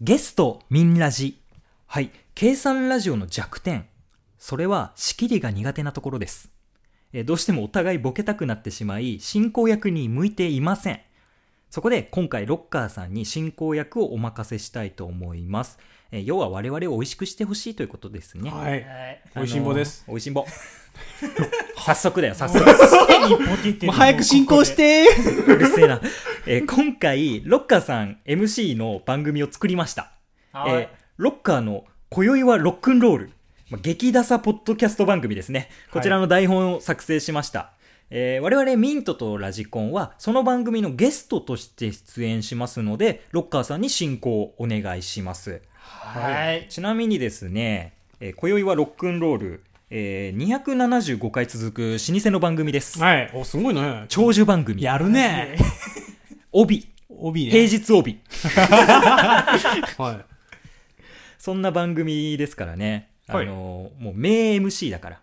Speaker 1: ゲスト、ミンラジ。はい。計算ラジオの弱点。それは、仕切りが苦手なところです。えーどうしてもお互いボケたくなってしまい、進行役に向いていません。そこで今回ロッカーさんに進行役をお任せしたいと思います。えー要は我々を美味しくしてほしいということですね。い。
Speaker 2: はい。
Speaker 3: はい
Speaker 2: 美味しんぼです。
Speaker 1: 美味しんぼ。 早速だよ、早速。
Speaker 3: 手にボケてる
Speaker 2: もう早く進行し
Speaker 3: も
Speaker 2: て
Speaker 1: うるせえな。えー今回、ロッカーさん MC の番組を作りました。
Speaker 3: うここで
Speaker 1: えーロッカーの今宵はロックンロール。まあ激ダサポッドキャスト番組ですね。こちらの台本を作成しました。えー我々ミントとラジコンはその番組のゲストとして出演しますので、ロッカーさんに進行をお願いします。
Speaker 3: はいはい
Speaker 1: ちなみにですね、えー今宵はロックンロール、えー275回続く老舗の番組です。
Speaker 2: はい。お、すごいね。
Speaker 1: 長寿番組。
Speaker 2: やるね。
Speaker 1: 帯。
Speaker 2: 帯
Speaker 1: 平
Speaker 2: ね。
Speaker 1: 日帯。
Speaker 2: は
Speaker 1: そんな番組ですからね。あ
Speaker 2: はい
Speaker 1: のーもう名 MC だから。
Speaker 2: い。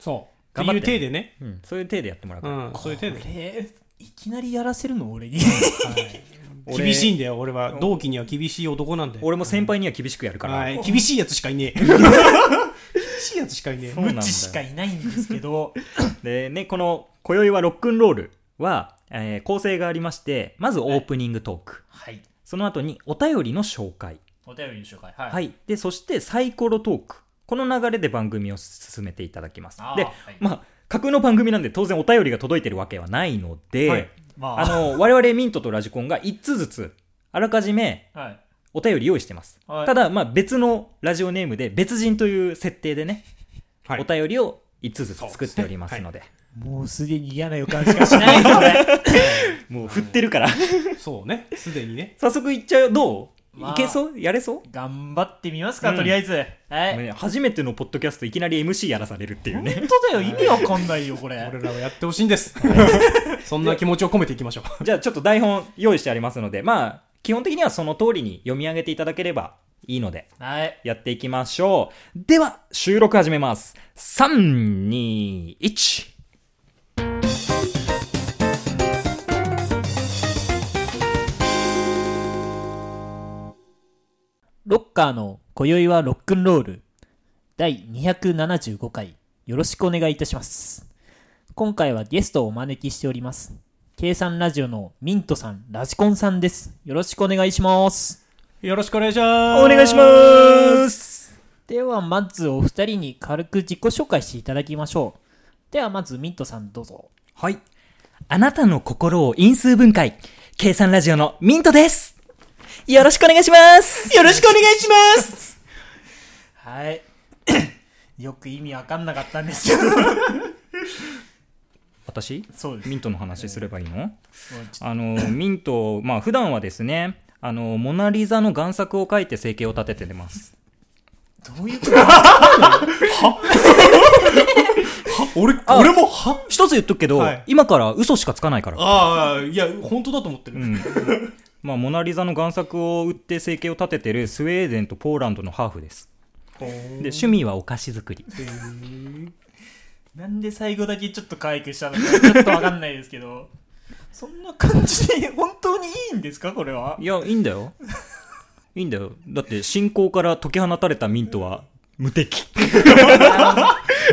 Speaker 2: そう。
Speaker 1: 頑
Speaker 2: っ
Speaker 1: 張っ
Speaker 2: てい
Speaker 1: て
Speaker 2: う手でね。
Speaker 1: うん、そういう体でやってもらう
Speaker 2: う
Speaker 1: から。
Speaker 2: ん。そういう手で。
Speaker 3: えーいきなりやらせるの俺に
Speaker 1: 俺
Speaker 2: 厳しいんだよ、俺は。同期には厳しい男なんで。
Speaker 1: 俺も先輩には厳しくやるから。
Speaker 2: はい。厳しいやつしかい ねえ。厳しいやつしかいねえ。
Speaker 1: そうなんだよ
Speaker 3: 無知しかいないんですけど
Speaker 1: でね、この、今宵はロックンロールは、えー構成がありまして、まずオープニングトーク。
Speaker 3: はい
Speaker 1: その後にお便りの紹介。
Speaker 3: お便りの紹介はい、
Speaker 1: はい。で、そしてサイコロトーク。この流れで番組を進めていただきます
Speaker 3: あ。ー
Speaker 1: で、
Speaker 3: はい
Speaker 1: まあ、架空の番組なんで当然お便りが届いてるわけはないので、
Speaker 2: はい
Speaker 3: まあ
Speaker 1: あの、我々ミントとラジコンが1つずつ、あらかじめ
Speaker 3: はい
Speaker 1: お便り用意してます。
Speaker 3: はい
Speaker 1: ただ、まあ、別のラジオネームで別人という設定でね、
Speaker 2: はい
Speaker 1: お便りを5つずつ作っておりますので、
Speaker 3: もうすでに嫌な予感しかしないよ俺
Speaker 1: もう振ってるから、
Speaker 2: そうね。すでに ね。
Speaker 1: 早速いっちゃうどう、
Speaker 3: まあ
Speaker 1: いけそうやれそう
Speaker 3: 頑張ってみますか、
Speaker 1: うん
Speaker 3: とりあえずはい
Speaker 1: ね初めてのポッドキャストいきなり MC やらされるっていうね
Speaker 3: 本当だよ意味わかんないよこれ
Speaker 2: 俺らはやってほしいんです。そんな気持ちを込めていきましょ う。
Speaker 1: じゃあちょっと台本用意してありますのでまあ基本的にはその通りに読み上げていただければいいので
Speaker 3: はい
Speaker 1: やっていきましょうでは収録始めます321
Speaker 3: ロッカーの今宵はロックンロール第275回よろしくお願いいたします今回はゲストをお招きしております計算ラジオのミントさんラジコンさんですよろしくお願いします
Speaker 2: よろしくお願いします。
Speaker 1: お願いします
Speaker 3: ではまずお二人に軽く自己紹介していただきましょうではまずミントさんどうぞ
Speaker 1: はいあなたの心を因数分解計算ラジオのミントですよろしくお願いしますよろしくお願いします
Speaker 3: はい よく意味わかんなかったんですけど
Speaker 1: 私
Speaker 3: そうです
Speaker 1: ミントの話すればいいの
Speaker 3: もうちょっ
Speaker 1: あのミント、まあ普段はですね、あのモナ・リザの贋作を描いて生計を立ててます。
Speaker 3: とどういうこと
Speaker 2: 俺、
Speaker 1: あ
Speaker 2: 俺も、は
Speaker 1: 一つ言っとくけど、
Speaker 2: はい
Speaker 1: 今から嘘しかつかないから。
Speaker 2: ああ、いや、本当だと思ってる。
Speaker 1: うんまあ、モナ・リザの贋作を売って生計を立ててるスウェーデンとポーランドのハーフです。で趣味はお菓子作り。
Speaker 3: なんで最後だけちょっと可愛くしたのかちょっとわかんないですけどそんな感じで本当にいいんですかこれはい
Speaker 1: や、いいんだよ。いいんだよ。だって信仰から解き放たれたミントは無敵。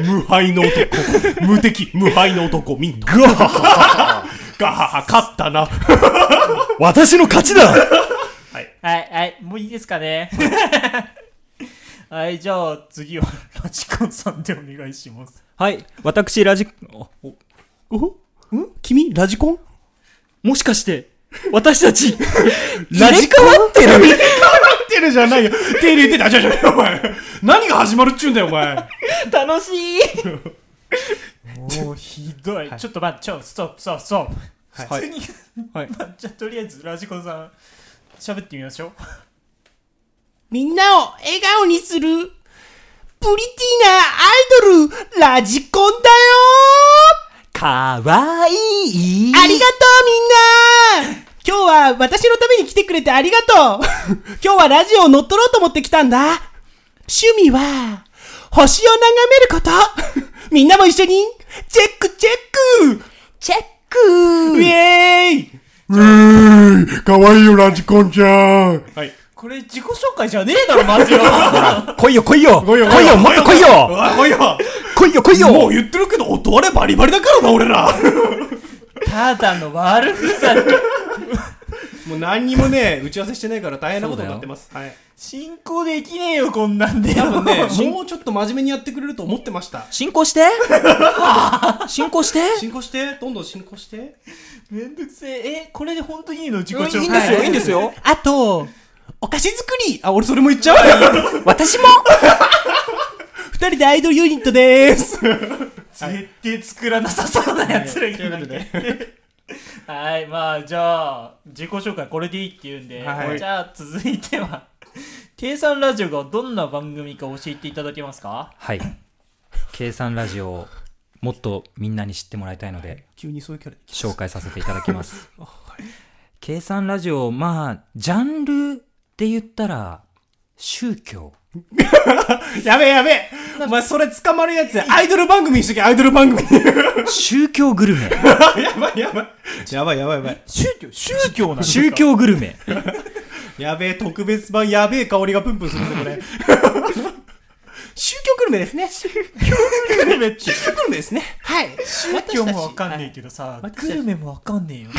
Speaker 2: 無敗の男。無敵、無敗の男、ミント。
Speaker 1: ぐわはは
Speaker 2: ガハハ、勝ったな。
Speaker 1: 私の勝ちだ
Speaker 3: はいはいもういいですかね はいじゃあ次はラジコンさんでお願いします
Speaker 1: はい、私ラジ、あお
Speaker 2: おん君、ラジコン
Speaker 1: もしかして、私たち、
Speaker 2: ラジコン
Speaker 1: 入れ替わってる
Speaker 2: 入ってるじゃないよ。手入れてたじゃないよ、お前。何が始まるっちゅうんだよ、お前。
Speaker 1: 楽しい
Speaker 3: もうひどい、
Speaker 2: はい
Speaker 3: ちょっと待ってちょストップストップストップ、
Speaker 1: はい
Speaker 3: 普通に、
Speaker 1: はい
Speaker 3: まあじゃあとりあえずラジコンさん喋ってみましょう
Speaker 2: みんなを笑顔にする、プリティなアイドル、ラジコンだよ
Speaker 1: かわいい
Speaker 2: ありがとうみんな今日は私のために来てくれてあ りがとう今日はラジオを乗っ取ろうと思って来たんだ趣味は、星を眺めることみんなも一緒に、チェックチェック
Speaker 1: チェック
Speaker 2: イエーイ
Speaker 4: うーい、かわいいよ、ラジコンちゃん。
Speaker 2: はい。
Speaker 3: これ自己紹介じゃねえだろまずよ
Speaker 1: 来いよ来いよ来いよもっと来いよ
Speaker 2: わ、ほいよ
Speaker 1: 来いよ来いよ
Speaker 2: 言ってるけど、音あれバリバリだからな、俺ら
Speaker 3: ただの悪ふざけ
Speaker 2: もう何にもね、打ち合わせしてないから大変なことになってます。 はい。
Speaker 3: 進行できねえよ、こんなんで。
Speaker 2: 多分 ね、もうちょっと真面目にやってくれると思ってました。
Speaker 1: 進行して 進行して
Speaker 2: 進行して、どんどん進行して。
Speaker 3: めんどくせえ。え、これで本当にいいの自己
Speaker 1: うん
Speaker 3: 紹
Speaker 1: い
Speaker 3: 介。
Speaker 1: いんですよ、いいんですよ。
Speaker 2: あと、お菓子作りあ、俺それも言っちゃう
Speaker 1: 私も
Speaker 2: 二人でアイドルユニットでーす
Speaker 3: 絶対作らなさそうなやつら
Speaker 2: ということ
Speaker 3: が
Speaker 2: で。
Speaker 3: はい、まあ、じゃあ、自己紹介これでいいって言うんで、
Speaker 2: はい
Speaker 3: じゃあ続いては、計算ラジオがどんな番組か教えていただけますか
Speaker 1: はい。計算ラジオをもっとみんなに知ってもらいたいので、
Speaker 2: 急にそういうキャラで来
Speaker 1: 紹介させていただきます。計算ラジオ、まあ、ジャンルって言ったら、宗教。
Speaker 2: たやべえやべえお前それ捕まるやつやアイドル番組にしとけ、アイドル番組
Speaker 1: 宗教グルメ。
Speaker 2: やばいやばい。やばいやばいやばい。
Speaker 3: 宗教、宗教なんですか
Speaker 1: 宗教グルメ。
Speaker 2: やべえ、特別版、やべえ香りがプンプンするぜ、これ。 宗教グルメですね。宗
Speaker 3: グルメって
Speaker 2: 教グルメですね。はい。
Speaker 3: 宗教もわかんねえけどさ、
Speaker 2: 私たち
Speaker 3: グルメもわかんねえよ。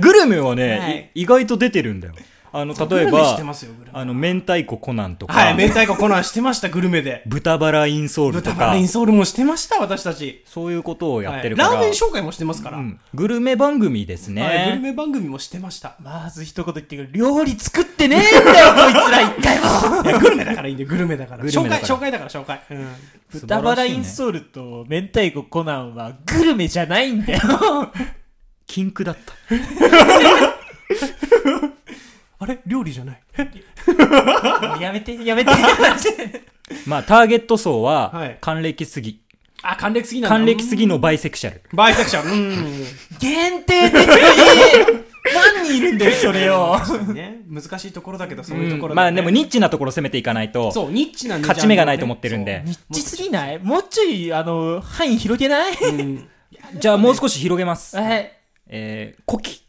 Speaker 1: グルメはね、
Speaker 2: はい
Speaker 1: い意外と出てるんだよ。あの、例え
Speaker 2: グルメし
Speaker 1: ば
Speaker 2: て、ますよ、グルメ。
Speaker 1: あの、明太子コナンとか、
Speaker 2: はい、明太子コナンしてました、グルメで。
Speaker 1: 豚バラインソールと
Speaker 2: 豚バ
Speaker 1: か
Speaker 2: ライ、ンソールもしてました、私たち。
Speaker 1: そういうことをやってるか
Speaker 2: は
Speaker 1: ら、
Speaker 2: いラーメン紹介もしてますから。
Speaker 1: うんグルメ番組ですね。
Speaker 2: はい、グルメ番組もしてました。
Speaker 3: まず一言言ってくる。料理作ってねえんだよ、こいつら一回
Speaker 2: い
Speaker 3: も。
Speaker 2: や、グルメだからいいんだよ、グルメだから。
Speaker 1: グル
Speaker 2: 紹
Speaker 1: メだ
Speaker 2: 介、
Speaker 1: から
Speaker 2: 紹介だから、紹介。うん。
Speaker 1: 素晴らしいね
Speaker 3: 豚バラインソールと明太子コナンはグルメじゃないんだよ。
Speaker 1: 禁句だった。
Speaker 2: あれ料理じゃない。
Speaker 3: やめて、やめて。
Speaker 1: まあ、ターゲット層
Speaker 2: は、
Speaker 1: はい還暦すぎ。
Speaker 2: あ、還暦すぎなんだ。
Speaker 1: 還暦すぎのバイセクシャル。
Speaker 2: バイセクション。
Speaker 3: 限定的に何人いるんだよ、それよ。
Speaker 2: うん。ね、難しいところだけど、そういうところ、
Speaker 1: まあ、でも、ニッチなところ攻めていかないと、
Speaker 2: そう、ニッチなんで
Speaker 1: 勝ち目がないと思ってるん。で。
Speaker 3: ちすぎないもうちょい、あの、範囲広げない
Speaker 2: ジャンルねそううん
Speaker 1: じゃあ、もう少し広げます。
Speaker 3: はい。
Speaker 1: えー、コ キ。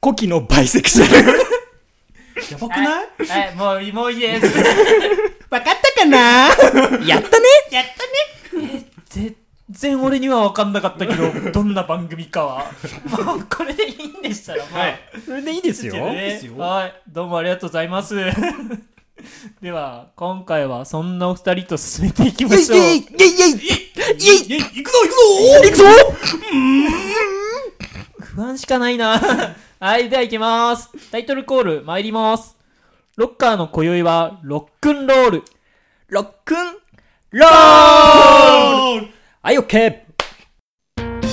Speaker 1: コキのバイセクシャル。
Speaker 2: やばくない
Speaker 3: はい、もう、もういいです。
Speaker 2: わかったか な
Speaker 1: やったね
Speaker 3: やったね。全然俺には分かんなかったけど、どんな番組かは。もう、これでいいんでしたら、もう。
Speaker 2: はい。
Speaker 1: それでいいですよ。
Speaker 2: いいですよ
Speaker 3: はい。どうもありがとうございます。では、今回はそんなお二人と進めていきましょう。
Speaker 2: いや、行くぞ行くぞ
Speaker 1: いくぞ
Speaker 3: 不安しかないな。 はい、では行きます。タイトルコール参ります。ロッカーの今宵はロックンロール。
Speaker 1: ロックンロール
Speaker 2: おー
Speaker 1: はい、オッケー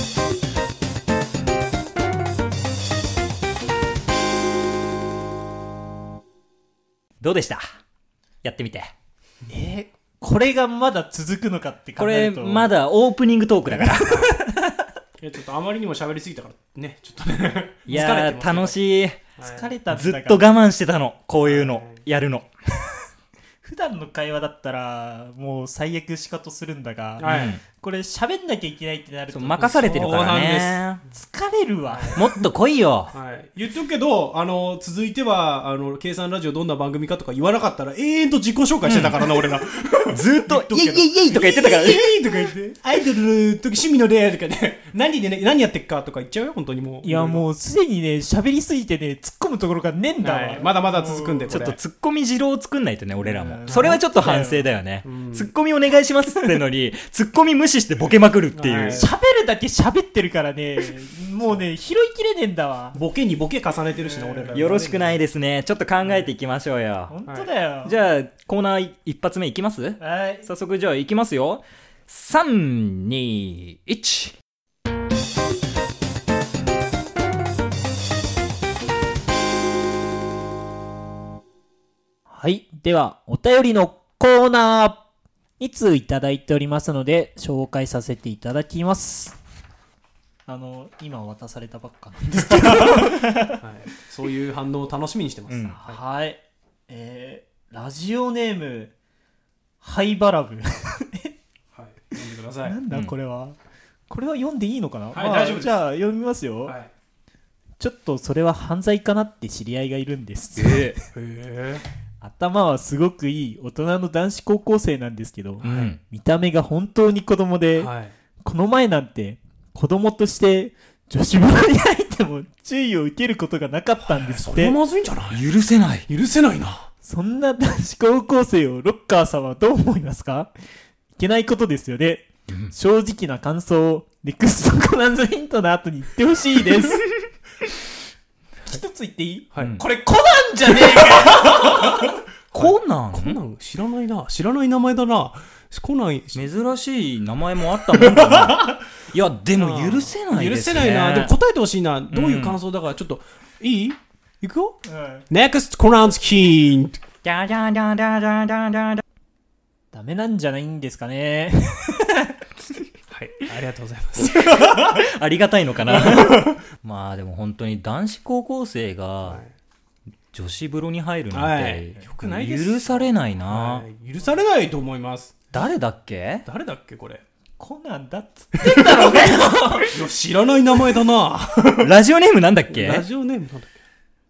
Speaker 1: どうでしたやってみて。
Speaker 3: えーこれがまだ続くのかって
Speaker 1: こ
Speaker 3: 考え
Speaker 1: れ、
Speaker 3: ると。
Speaker 1: まだオープニングトークだから。
Speaker 2: いや、ちょっとあまりにも喋りすぎたから、ね、ちょ っとね。
Speaker 1: いやー、楽
Speaker 2: い。
Speaker 1: しい。
Speaker 3: 疲れたんだ
Speaker 1: ず
Speaker 3: から
Speaker 1: っと我慢してたの。こういうの。やるの。
Speaker 3: 普段の会話だったら、もう最悪仕方するんだが、
Speaker 2: は
Speaker 1: う
Speaker 2: い
Speaker 1: ん。
Speaker 3: これ喋んなきゃいけないってなる
Speaker 1: そ
Speaker 3: と、
Speaker 1: う
Speaker 3: 疲
Speaker 1: 任されてるから
Speaker 2: そう
Speaker 1: ね
Speaker 2: な。
Speaker 3: れるわ。
Speaker 1: もっと来いよ。
Speaker 2: はい、言っとくけど、あの、続いては、あの、計算ラジオどんな番組かとか言わなかったら、永遠と自己紹介してたからな、俺ら。
Speaker 1: ずっと、イェイイェイイェイとか言ってた から
Speaker 2: イエーイとか言って、アイドルの時趣味の例とかね、何でね、何やってっかとか言っちゃうよ、本当にもう。
Speaker 3: いや、
Speaker 2: う。
Speaker 3: もうすでにね、喋りすぎてね、突っ込むところがねえんだわ。
Speaker 2: はい、まだまだ続くんで、
Speaker 1: ちょっと
Speaker 2: こ
Speaker 1: ツッコミ二郎を作んないとね、俺らも。
Speaker 3: ん
Speaker 1: それはちょっと反省だよね。ツッコミお願いしますってのに、ツッコミ無視してボケまくるっていう
Speaker 2: はい。
Speaker 3: 喋るだけ喋ってるからね、もうね、拾いきれねえんだわ。
Speaker 2: れボケにボケ重ねてるしな、俺ら。
Speaker 1: よろしくないですね。ちょっと考えていきましょうよ。
Speaker 3: 本当だよ。
Speaker 1: じゃあ、コーナー一発目いきます
Speaker 3: はい。
Speaker 1: 早速じゃあいきますよ。3、2、1。
Speaker 3: はい。では、お便りのコーナー。2通いただいておりますので、紹介させていただきます。あの、今渡されたばっかなんですけど。
Speaker 2: はい。そういう反応を楽しみにしてます。
Speaker 1: うん
Speaker 2: はい
Speaker 3: はい。えー、ラジオネーム、ハイバラブ。
Speaker 2: はい。読んでください。
Speaker 3: なんだ
Speaker 1: うん
Speaker 3: これは。これは読んでいいのかな、
Speaker 2: はい
Speaker 3: まあ
Speaker 2: 大丈夫です
Speaker 3: じゃあ読みますよ、
Speaker 2: はい。
Speaker 3: ちょっとそれは犯罪かなって知り合いがいるんです。
Speaker 1: え
Speaker 2: へ
Speaker 3: 頭はすごくいい大人の男子高校生なんですけど、
Speaker 1: うん。
Speaker 3: 見た目が本当に子供で、
Speaker 2: はい。
Speaker 3: この前なんて子供として女子風呂に入っても注意を受けることがなかったんですっ
Speaker 2: それ
Speaker 3: て
Speaker 2: は。まずいんじゃない
Speaker 1: 許せない。
Speaker 2: 許せないな。
Speaker 3: そんな男子高校生をロッカーさんはどう思いますかいけないことですよね。正直な感想をネクストコナンズヒントの後に言ってほしい です。
Speaker 2: 一つ言っていいはいこれコナンじゃねえか
Speaker 1: コナ
Speaker 2: コ
Speaker 1: ン
Speaker 2: ナン知らないな。知らない名前だな。コナン、
Speaker 1: 珍しい名前もあったもんかな。いや、でも許せないで
Speaker 2: 許
Speaker 1: す
Speaker 2: せ
Speaker 1: ね。
Speaker 2: ないな。でも答えてほしいな。どういう感想だから、ちょっと、いいいくよ
Speaker 3: うん、
Speaker 2: ?NEXT コナンズキン
Speaker 1: じゃじゃじゃじゃじゃじゃじゃじゃ
Speaker 3: ダメなんじゃないんですかね。
Speaker 2: はい。ありがとうございます。
Speaker 1: ありがたいのか な。まあでも本当に男子高校生が女子風呂に入るなんて
Speaker 2: はいよくないです
Speaker 1: 許されないな
Speaker 2: は。い許されないと思います。
Speaker 1: 誰だっけ
Speaker 2: 誰だっけ、これ。
Speaker 3: コナンだっつ
Speaker 2: いや、知らない名前だな。
Speaker 1: ラジオネームなんだっけ
Speaker 2: ラジオネームなんだっけ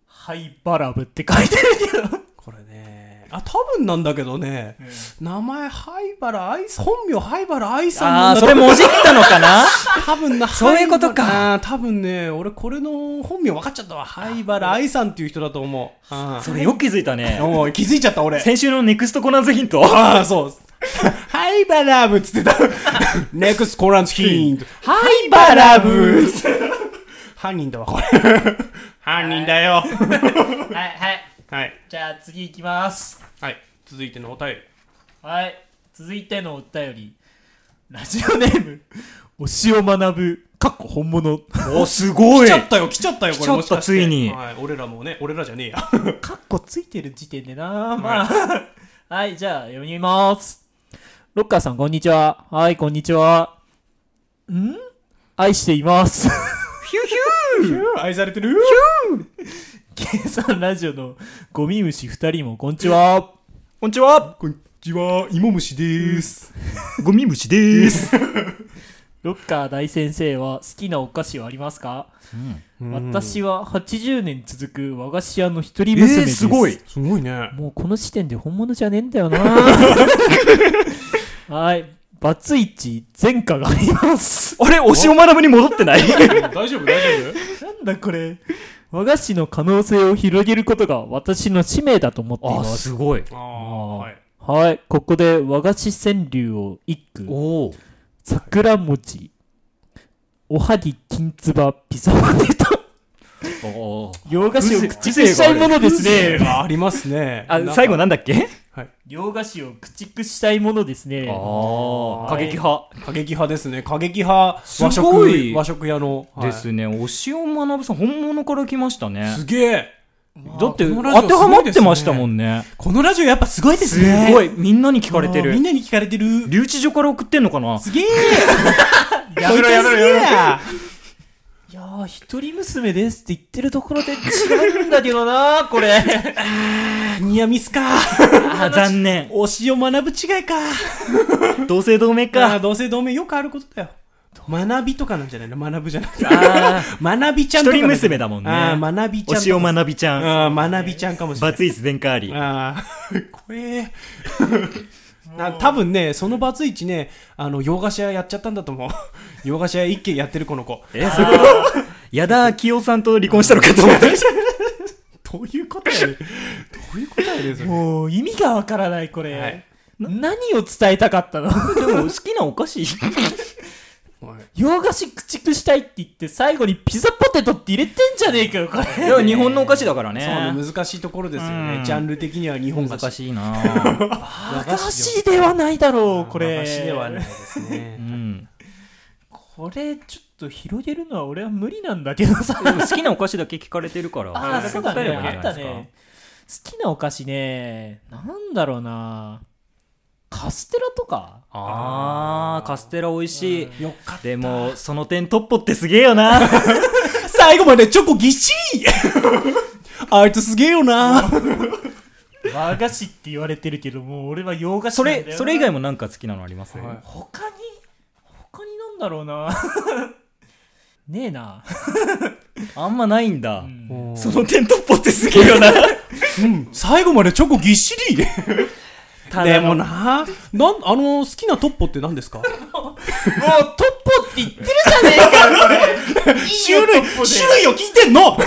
Speaker 3: ハイバラブって書いてるけど。
Speaker 2: これね。あ、多分なんだけどね。名前、灰原愛さん、本名、灰原愛さん
Speaker 1: あ
Speaker 2: なん
Speaker 1: あ、
Speaker 2: だ
Speaker 1: それもじったのかな
Speaker 2: 多分な、
Speaker 1: そういうことか
Speaker 2: あー。多分ね、俺これの本名分かっちゃったわ。灰原愛さんっていう人だと思う。うん
Speaker 1: それよく気づいたね。
Speaker 2: おい気づいちゃった俺。
Speaker 1: 先週のネクストコナンズヒント。
Speaker 2: ああ、そう。 灰原ブっ つってた。ネクスコランズヒント。灰原ブ 犯人だわ、これ。 犯人だよ。
Speaker 3: はいはい。
Speaker 2: はい。
Speaker 3: じゃあ次行きます。
Speaker 2: はい。続いてのお便り。
Speaker 3: はい。続いてのお便り。ラジオネーム、推しを学ぶ、かっこ本物。
Speaker 1: お、すご
Speaker 2: 来ちゃったよ、来ちゃったよ、これ。
Speaker 1: 来ちゃった
Speaker 2: もしかして
Speaker 1: ついに
Speaker 2: はい。俺らもね、俺らじゃねえや。
Speaker 3: カッコついてる時点でなまあ。はい、じゃあ読みます。ロッカーさん、こんにちは。はい、こんにちは。ん愛しています。
Speaker 2: 愛されてる
Speaker 3: 計算ラジオのゴミ虫二人も、こんにちは。
Speaker 1: こんにちは。
Speaker 2: こんにちは、芋虫でーす。
Speaker 1: ゴミ虫でーす。
Speaker 3: ロッカー大先生は好きなお菓子はありますか、私は80年続く和菓子屋の一人
Speaker 1: え
Speaker 3: 娘
Speaker 1: ー、
Speaker 3: です。
Speaker 1: すごい。
Speaker 2: すごいね。
Speaker 3: もうこの時点で本物じゃねえんだ よなはい。バツイチ前科があります。
Speaker 1: あれ、推しを学ぶに戻ってない
Speaker 2: 大丈夫大丈
Speaker 3: なんだこれ。和菓子の可能性を広げることが私の使命だと思ってい
Speaker 1: あ
Speaker 3: ま
Speaker 1: ー、
Speaker 3: す。
Speaker 1: すごい。
Speaker 2: 夫ああー、はい。
Speaker 3: はい。ここで和菓子川柳を一句。
Speaker 1: おお。
Speaker 3: 桜餅。おはぎ金つばピザポテト。
Speaker 1: お
Speaker 3: 洋菓子を駆逐
Speaker 1: 風情
Speaker 3: したいものです
Speaker 2: 風情
Speaker 3: ね。
Speaker 2: がありますね。
Speaker 1: あ、最後
Speaker 2: な
Speaker 1: なんだっけ
Speaker 3: 洋菓子を駆逐したいものですね。
Speaker 1: ああ、過激派。
Speaker 2: 過激派ですね。過激派、和
Speaker 1: すごい
Speaker 2: 食、和食屋の。はい
Speaker 1: ですね。推しを学ぶさん、本物から来ましたね。
Speaker 2: すげえ。
Speaker 1: だって、
Speaker 2: このラジオ
Speaker 1: 当てはまってましたもんね。
Speaker 2: このラジオやっぱすごいです
Speaker 1: す
Speaker 2: ね。
Speaker 1: ご
Speaker 2: い。
Speaker 1: い。みんなに聞かれて
Speaker 2: みん
Speaker 1: る。
Speaker 2: なに聞かれてる。
Speaker 1: 留置所から送ってんのかな
Speaker 2: すげえ
Speaker 3: やめろ
Speaker 2: やめろや
Speaker 3: いやー、一人娘ですって言ってるところで違うんだけどなー、これ。
Speaker 2: ニアミスか。
Speaker 1: あー、残念。
Speaker 2: 推しを学ぶ違いか。
Speaker 1: 同姓同名
Speaker 2: あー
Speaker 1: か。
Speaker 2: 同姓同名よくあることだよ。 学びとかなんじゃないの学ぶじゃなくて。
Speaker 1: あー
Speaker 2: 学びちゃんとか。
Speaker 1: 一人娘だもんね
Speaker 2: ああ、学びちゃんとか。
Speaker 1: 推しを学びちゃん。
Speaker 2: ああ、学びちゃんかもしれない
Speaker 1: バ。ツイチ全開あり。
Speaker 2: ああ、これ、 な多分ね、そのバツイチね、あの、洋菓子屋やっちゃったんだと思う。 洋菓子屋一軒やってるこの子。
Speaker 1: え、 それ矢田清さんと離婚したのかと思った。
Speaker 2: どういうこと やねんどういうことやねんそれ。
Speaker 3: もう、意味がわからない、これ、
Speaker 2: はい
Speaker 3: な何を伝えたかったの
Speaker 1: でも好きなお菓子
Speaker 3: 洋菓子駆逐したいって言って、最後にピザポテトって入れてんじゃねえかよ、こ れ。
Speaker 1: でも日本のお菓子だから
Speaker 2: そう
Speaker 1: ね
Speaker 2: ね。難しいところですよ
Speaker 1: う
Speaker 2: ね。
Speaker 1: ん
Speaker 2: ジャンル的には日本菓子。
Speaker 1: 難
Speaker 2: い。
Speaker 1: しいな ぁ
Speaker 2: 和
Speaker 3: 和菓子ではないだろう、これ。
Speaker 2: 和菓子ではないです
Speaker 1: う
Speaker 2: ね。
Speaker 1: ん。
Speaker 3: これ、ちょっと広げるのは俺は無理なんだけど さ。
Speaker 1: でも好きなお菓子だけ聞かれてるから。
Speaker 3: ああ、そうだ
Speaker 1: 答え
Speaker 3: ね。
Speaker 1: ればいいん
Speaker 3: あっ
Speaker 1: じゃな
Speaker 3: た
Speaker 1: いですか
Speaker 3: ね。。好きなお菓子ね、なんだろうな。カステラとか
Speaker 1: あー、カステラ美味しい。
Speaker 2: よかっ
Speaker 1: でも、その点トッポってすげえよな
Speaker 2: た。最後までチョコぎっしりあいつすげえよな。
Speaker 3: 和菓子って言われてるけど、もう俺は洋菓子
Speaker 1: そ
Speaker 3: なんだよ
Speaker 1: れ、それ以外もなんか好きなのあります
Speaker 2: はい
Speaker 3: 他に、他になんだろうな。 ねえな。
Speaker 1: あんまないんだ。
Speaker 2: うん
Speaker 1: その点トッポってすげえよな
Speaker 2: 最後までチョコぎっしり
Speaker 1: た
Speaker 2: で
Speaker 1: だ
Speaker 2: も
Speaker 1: の
Speaker 2: な、なん、あの、好きなトッポって何ですか
Speaker 3: もうトッポって言ってるじゃねえか よ、これ。いいよ
Speaker 2: 種類、
Speaker 3: トッポで
Speaker 2: 種類を聞いてんの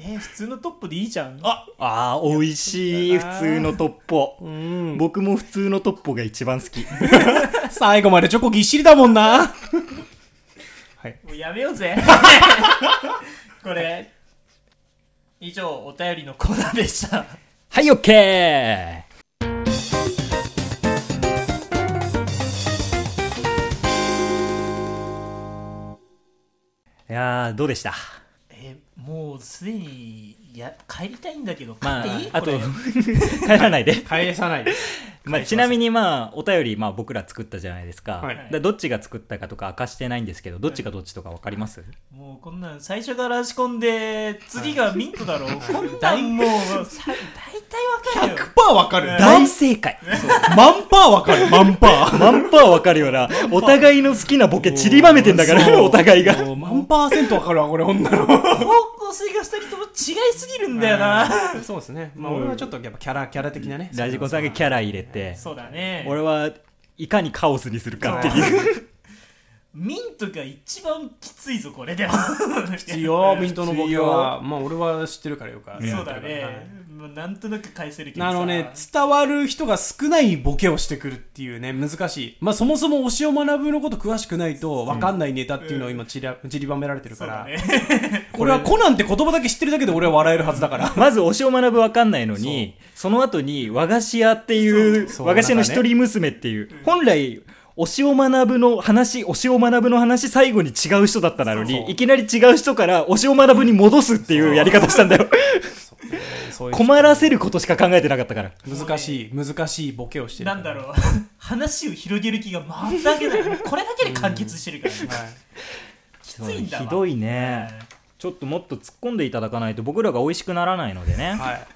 Speaker 3: えー、普通のトップでいいじゃん。
Speaker 2: あ、
Speaker 1: あー、美味しい。普通のトッポ。僕も普通のトッポが一番好き。
Speaker 2: 最後までチョコぎっしりだもんな。はい。
Speaker 3: もうやめよう ぜ。これ。以上、お便りのコーナーでした。
Speaker 1: はい、オッケーいやーどうでした
Speaker 3: えーもうすでに、いや、帰りたいんだけど、帰
Speaker 1: まあ
Speaker 3: っていい、
Speaker 1: あ
Speaker 3: ことれ
Speaker 1: 帰らないで、
Speaker 2: 返さないです。
Speaker 1: まあ、ちなみにまあお便りまあ僕ら作ったじゃないですか,、
Speaker 2: はい
Speaker 1: だからどっちが作ったかとか明かしてないんですけどどっちがどっちとか分かります、
Speaker 3: もうこんなん最初がラジコンで次がミント だろう、こんなんもうさ大体わかるよ
Speaker 2: 100%わかる。
Speaker 1: 大正解
Speaker 2: 万パーわかる。万パ ー。
Speaker 1: 万パー分かるよなお互いの好きなボケ散りばめてんだから お互いが
Speaker 2: もう万パーセントわかるわ、これ、女の。
Speaker 3: 方向性が2人とも違いすぎるんだよな
Speaker 2: そうですね。まあ、俺はちょっとやっぱキャラ、キャラ的なね。
Speaker 1: ラジコさんがキャラ入れて
Speaker 3: そうだね
Speaker 1: 俺はいかにカオスにするかっていう
Speaker 3: ミントが一番きついぞこれでも
Speaker 2: 必要、ミントのボケは。まあ、俺は知ってるからよか。
Speaker 3: そうだ
Speaker 2: はい
Speaker 3: ね、もうなんとなく返せるけど
Speaker 2: あ
Speaker 3: さ
Speaker 2: のね、伝わる人が少ないボケをしてくるっていうね、難しい。まあそもそも推しを学ぶのこと詳しくないと分かんないネタっていうのを今ちり,、散りばめられてるか
Speaker 3: そうだ
Speaker 2: ら、
Speaker 3: ね
Speaker 2: これはコナンって言葉だけ知ってるだけで俺は笑えるはずだから。
Speaker 1: まず推しを学ぶわかんないのにその後に和菓子屋っていう
Speaker 2: そうそう
Speaker 1: 和菓子の一人娘っていう、本来推しを学ぶの話推しを学ぶの話最後に違う人だったなのにいきなり違う人から推しを学ぶに戻すっていうやり方したんだよ
Speaker 2: そういう
Speaker 1: 困らせることしか考えてなかったから
Speaker 2: 難しい、難しいボケをしてる
Speaker 3: なんだろう 話を広げる気が全くないもうこれだけで完結してるから、
Speaker 2: う。はい
Speaker 3: きついんだわ
Speaker 1: ひどいねちょっともっと突っ込んでいただかないと僕らが美味しくならないのでね
Speaker 2: はい。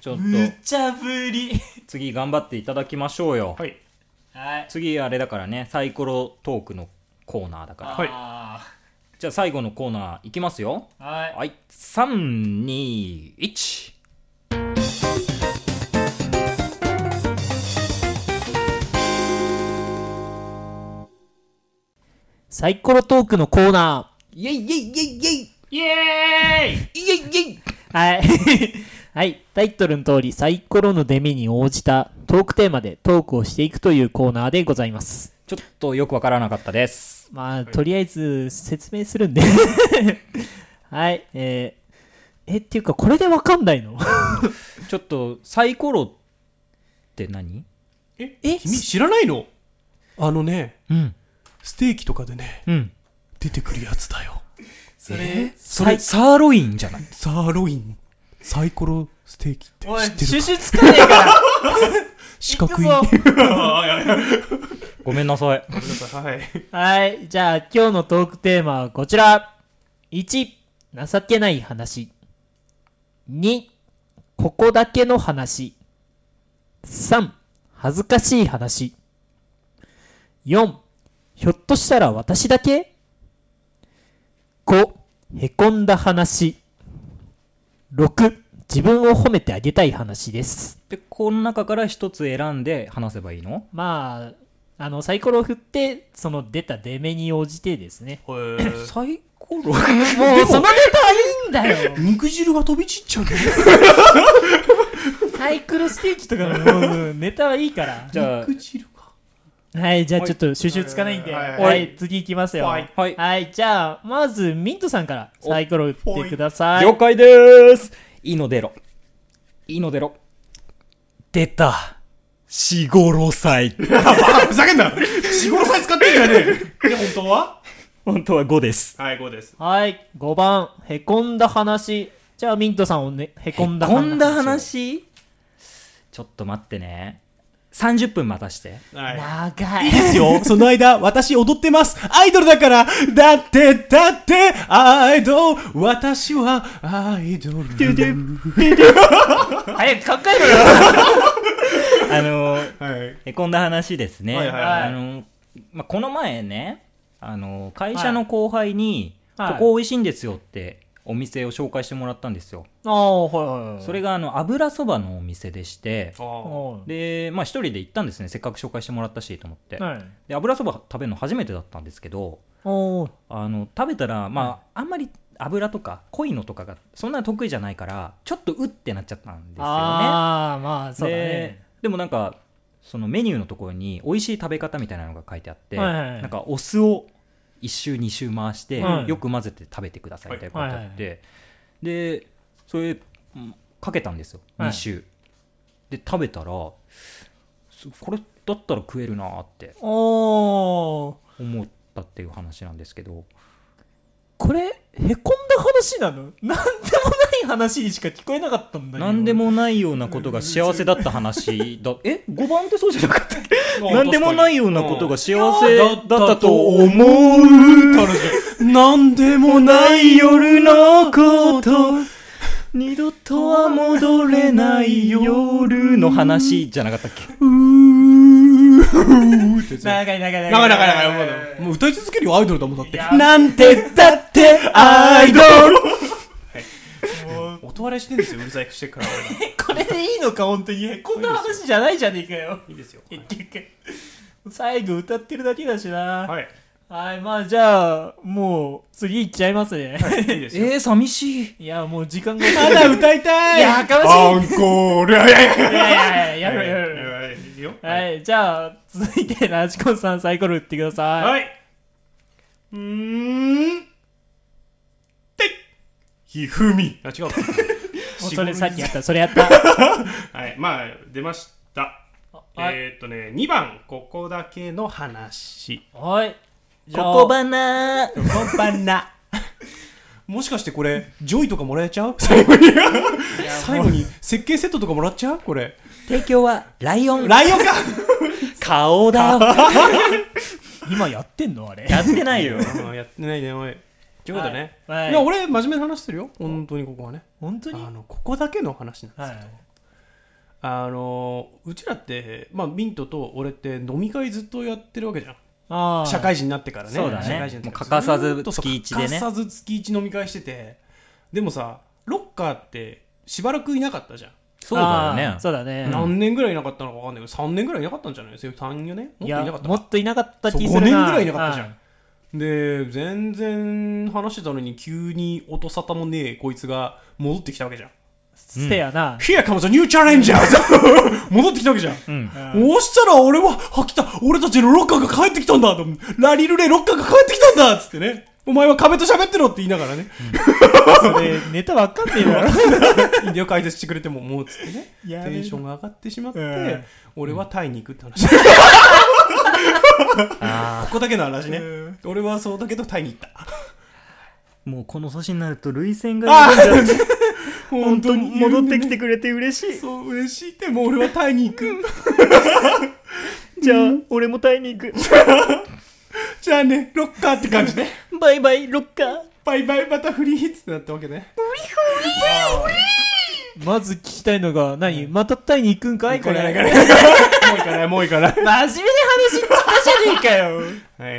Speaker 1: ちょっと
Speaker 3: むちゃぶり
Speaker 1: 次頑張っていただきましょうよ
Speaker 2: はい。
Speaker 3: はい
Speaker 1: 次あれだからねサイコロトークのコーナーだから
Speaker 2: はい
Speaker 3: あ
Speaker 1: じゃあ最後のコーナーいきますよ
Speaker 3: ーはい
Speaker 1: はい321
Speaker 3: サイコロトークのコーナ
Speaker 1: イェイイェイイェイイェイ
Speaker 3: ー。イエーイ
Speaker 1: イェイイェイ
Speaker 3: はい。 はい。タイトルの通り、サイコロの出目に応じたトークテーマでトークをしていくというコーナーでございます。
Speaker 1: ちょっとよくわからなかったです
Speaker 3: まあ、とりあえず説明する んで。はい。えーえ、っていうか、これでわかんないの
Speaker 1: ちょっとサイコロって何
Speaker 2: え、
Speaker 3: え
Speaker 2: 君知らないのあのね、
Speaker 1: うん
Speaker 2: ステーキとかでね、
Speaker 1: うん
Speaker 2: 出てくるやつだよ。
Speaker 3: それ、
Speaker 1: それサーロインじゃない
Speaker 2: サーロイン、サイコロステーキって
Speaker 3: おい、
Speaker 2: 知って
Speaker 3: 収
Speaker 2: るか
Speaker 3: 集つかねえから
Speaker 2: 四
Speaker 3: 行く
Speaker 2: 角い。
Speaker 3: ぞ
Speaker 1: ごめんなさい
Speaker 2: はい。
Speaker 3: はい。じゃあ、今日のトークテーマはこちら。1、情けない話。2、ここだけの話。3、恥ずかしい話。4、ひょっとしたら私だけ ?5、へこんだ話。6、自分を褒めてあげたい話です。
Speaker 1: でこの中から一つ選んで話せばいいの
Speaker 3: まあ、あの、サイコロを振って、その出た出目に応じてですね。
Speaker 1: サイコロ
Speaker 3: もうそのネタはいいんだよ
Speaker 2: 肉汁が飛び散っ ちゃうけど。
Speaker 3: サイクルステーキとかのもうネタはいいから
Speaker 1: じゃあ
Speaker 2: 汁が。
Speaker 3: はいじゃあちょっと収集つかないんで
Speaker 2: は
Speaker 3: はいい、
Speaker 2: はい
Speaker 3: 次いきますよ
Speaker 2: はい
Speaker 1: はい
Speaker 3: はいじゃあまずミントさんから
Speaker 1: お
Speaker 3: サイコロ打ってください
Speaker 1: 了解ですいいの出ろいいの出ろ出た四五郎祭
Speaker 2: ふざけん な四五歳使ってんじゃね えで、本当は
Speaker 1: 本当は5です
Speaker 2: はい、5です。
Speaker 3: はい5番へこんだ話じゃあミントさんをねへこんだ話
Speaker 1: こんだ話ちょっと待ってね30分待たして
Speaker 2: は
Speaker 3: 長
Speaker 2: い。
Speaker 3: い
Speaker 2: ですよ。その間、私踊ってます。アイドルだから。だって、だって、アイドル。私は、アイドル。
Speaker 3: 早く考えろ よ
Speaker 1: あのー
Speaker 2: はい。
Speaker 1: へこんだ話ですね、
Speaker 2: はいはい
Speaker 3: はい
Speaker 1: あのーまあ、この前ねあのー会社の後輩に、
Speaker 3: はい
Speaker 1: ここ美味しいんですよってお店を紹介してもらったんですよ。
Speaker 3: ああ、はいはいはい。
Speaker 1: それがあの油そばのお店でして、
Speaker 2: あ
Speaker 3: はい、
Speaker 1: で、まあ一人で行ったんですね。せっかく紹介してもらったしと思って。
Speaker 3: はい。
Speaker 1: で、油そば食べるの初めてだったんですけど、
Speaker 3: おー
Speaker 1: あの食べたらまああんまり油とか濃いのとかがそんな得意じゃないからちょっとうってなっちゃったんですよね
Speaker 3: ああ、まあ、そうだ
Speaker 1: で
Speaker 3: ね。
Speaker 1: でもなんかそのメニューのところに美味しい食べ方みたいなのが書いてあって、
Speaker 3: はいはいはい
Speaker 1: なんかお酢を1周2周回して、
Speaker 3: はい
Speaker 1: よく混ぜて食べてくださいみたいなことあって、でそれうんかけたんですよ
Speaker 3: はい
Speaker 1: 2周、で食べたらすこれだったら食えるなーって
Speaker 3: おー
Speaker 1: 思ったっていう話なんですけど
Speaker 3: これ、へこんだ話なのなんでもない話にしか聞こえなかったんだけど。
Speaker 1: なんでもないようなことが幸せだった話だ。 え ?5 番ってそうじゃなかったっけ
Speaker 2: あ
Speaker 1: なんでもないようなことが幸せだったと
Speaker 2: 思う
Speaker 1: 思
Speaker 2: なんでも
Speaker 1: う
Speaker 2: な
Speaker 1: ないい夜のこと。二度とは戻れない夜の話じゃなかったっけ
Speaker 3: 長い長い長い。
Speaker 2: 長い長い長い長い長いもう歌い続けるよアイドルだもんだって
Speaker 1: なんてだってアイドル
Speaker 2: 音割れしてんですようるさ いしてるから俺ら
Speaker 3: これでいいのか、本当に。へこんだ話じゃないじゃねえかよ。
Speaker 2: いいですよ
Speaker 3: 結局。最後歌ってるだけだしな。はい。
Speaker 2: はい
Speaker 3: まあ、じゃあ、もう、次行っちゃいますね。
Speaker 2: いいですよ
Speaker 1: えー、寂しい。
Speaker 3: いや、もう時間が。
Speaker 2: まだ 歌いたい
Speaker 3: いや、かましい。
Speaker 4: アンコール、いやいやいや
Speaker 3: いやいやいや、やめろやめろ。
Speaker 2: はいいいよ
Speaker 3: はい、じゃあ、続いて、ラジコンさんサイコロ振ってください。
Speaker 2: はい。うーん。ていひふみ。 あ、違う。
Speaker 3: も
Speaker 2: し
Speaker 3: うそ
Speaker 2: ご
Speaker 3: れ
Speaker 2: み
Speaker 3: さっきやった、それやった。
Speaker 2: はい。まあ、出ました。
Speaker 3: はい。
Speaker 2: えーっとね、2番、ここだけの話。
Speaker 3: はい。じゃあ
Speaker 1: ここばな
Speaker 2: こばな。 もしかしてこれ、ジョイとかもらえちゃう 最後に。最後に、設計セットとかもらっちゃうこれ。
Speaker 1: 提供はライオン。
Speaker 2: ライオンか
Speaker 1: 顔だよ。
Speaker 3: 今やってんのあれ。
Speaker 1: やって ないよ。
Speaker 2: あーやってないね、おい。ということね。
Speaker 3: はいはい
Speaker 2: いや、俺、真面目な話してるよ。本当にここはね。
Speaker 3: 本当に
Speaker 2: あの、ここだけの話なんです
Speaker 3: は
Speaker 2: よ
Speaker 3: い。
Speaker 2: あのうちらって、まあ、ミントと俺って飲み会ずっとやってるわけじゃん、
Speaker 3: ああ。
Speaker 2: 社。会人になってからね
Speaker 1: そうだね
Speaker 2: 社会人になって
Speaker 1: もう欠かさず
Speaker 2: ずっとそう
Speaker 1: 月一でね
Speaker 2: 欠かさず月一飲み会しててでもさロッカーってしばらくいなかったじゃん、
Speaker 1: そうだよね。
Speaker 3: そうだね。
Speaker 2: 何年ぐらいいなかったのか分かんないけど3年ぐらいいなかったんじゃないですよ34年もっと
Speaker 3: い
Speaker 2: いな
Speaker 3: や
Speaker 2: かった
Speaker 3: も
Speaker 2: か
Speaker 3: っといなかった
Speaker 2: そう
Speaker 3: 気
Speaker 2: 5
Speaker 3: す
Speaker 2: 年
Speaker 3: る
Speaker 2: ぐ
Speaker 3: な。
Speaker 2: らいいなかったじゃ
Speaker 3: は
Speaker 2: んで全然話してたのに急に音沙汰もねえこいつが戻ってきたわけじゃん
Speaker 3: せやな。
Speaker 2: Here comes a new challenger! 戻ってきたわけじゃん。そうしたら俺は、あ、来た俺たちのロッカーが帰ってきたんだと思うラリルレロッカーが帰ってきたんだっつってね。お前は壁と喋ってろって言いながら ね。
Speaker 3: それ、ネタわかんねえだろ。
Speaker 2: いいんだよ、解説してくれても、もうっつってね。
Speaker 3: や
Speaker 2: テ
Speaker 3: べえ
Speaker 2: ンションが上がってしまって、
Speaker 3: うん
Speaker 2: 俺はタイに行くって 話。ここだけの話ね。俺はそうだけどタイに行った。
Speaker 1: もうこの年になると涙腺が緩んじゃって
Speaker 2: 本当に
Speaker 1: 戻ってきてくれて嬉しい。
Speaker 2: そう、嬉しいって、もう俺はタイに行く。
Speaker 1: じゃあ、俺もタイに行く。
Speaker 2: じゃあね、ロッカーって感じね。
Speaker 1: バイバイ、ロッカー。
Speaker 2: バイバイ、またフリーってなったわけね。
Speaker 3: まず聞きたいのが、何またタイに行くんかいこ
Speaker 2: これ
Speaker 3: れ。
Speaker 2: もういかない、もういかない。
Speaker 3: 真面目な話っつったじゃねえかよ。
Speaker 2: は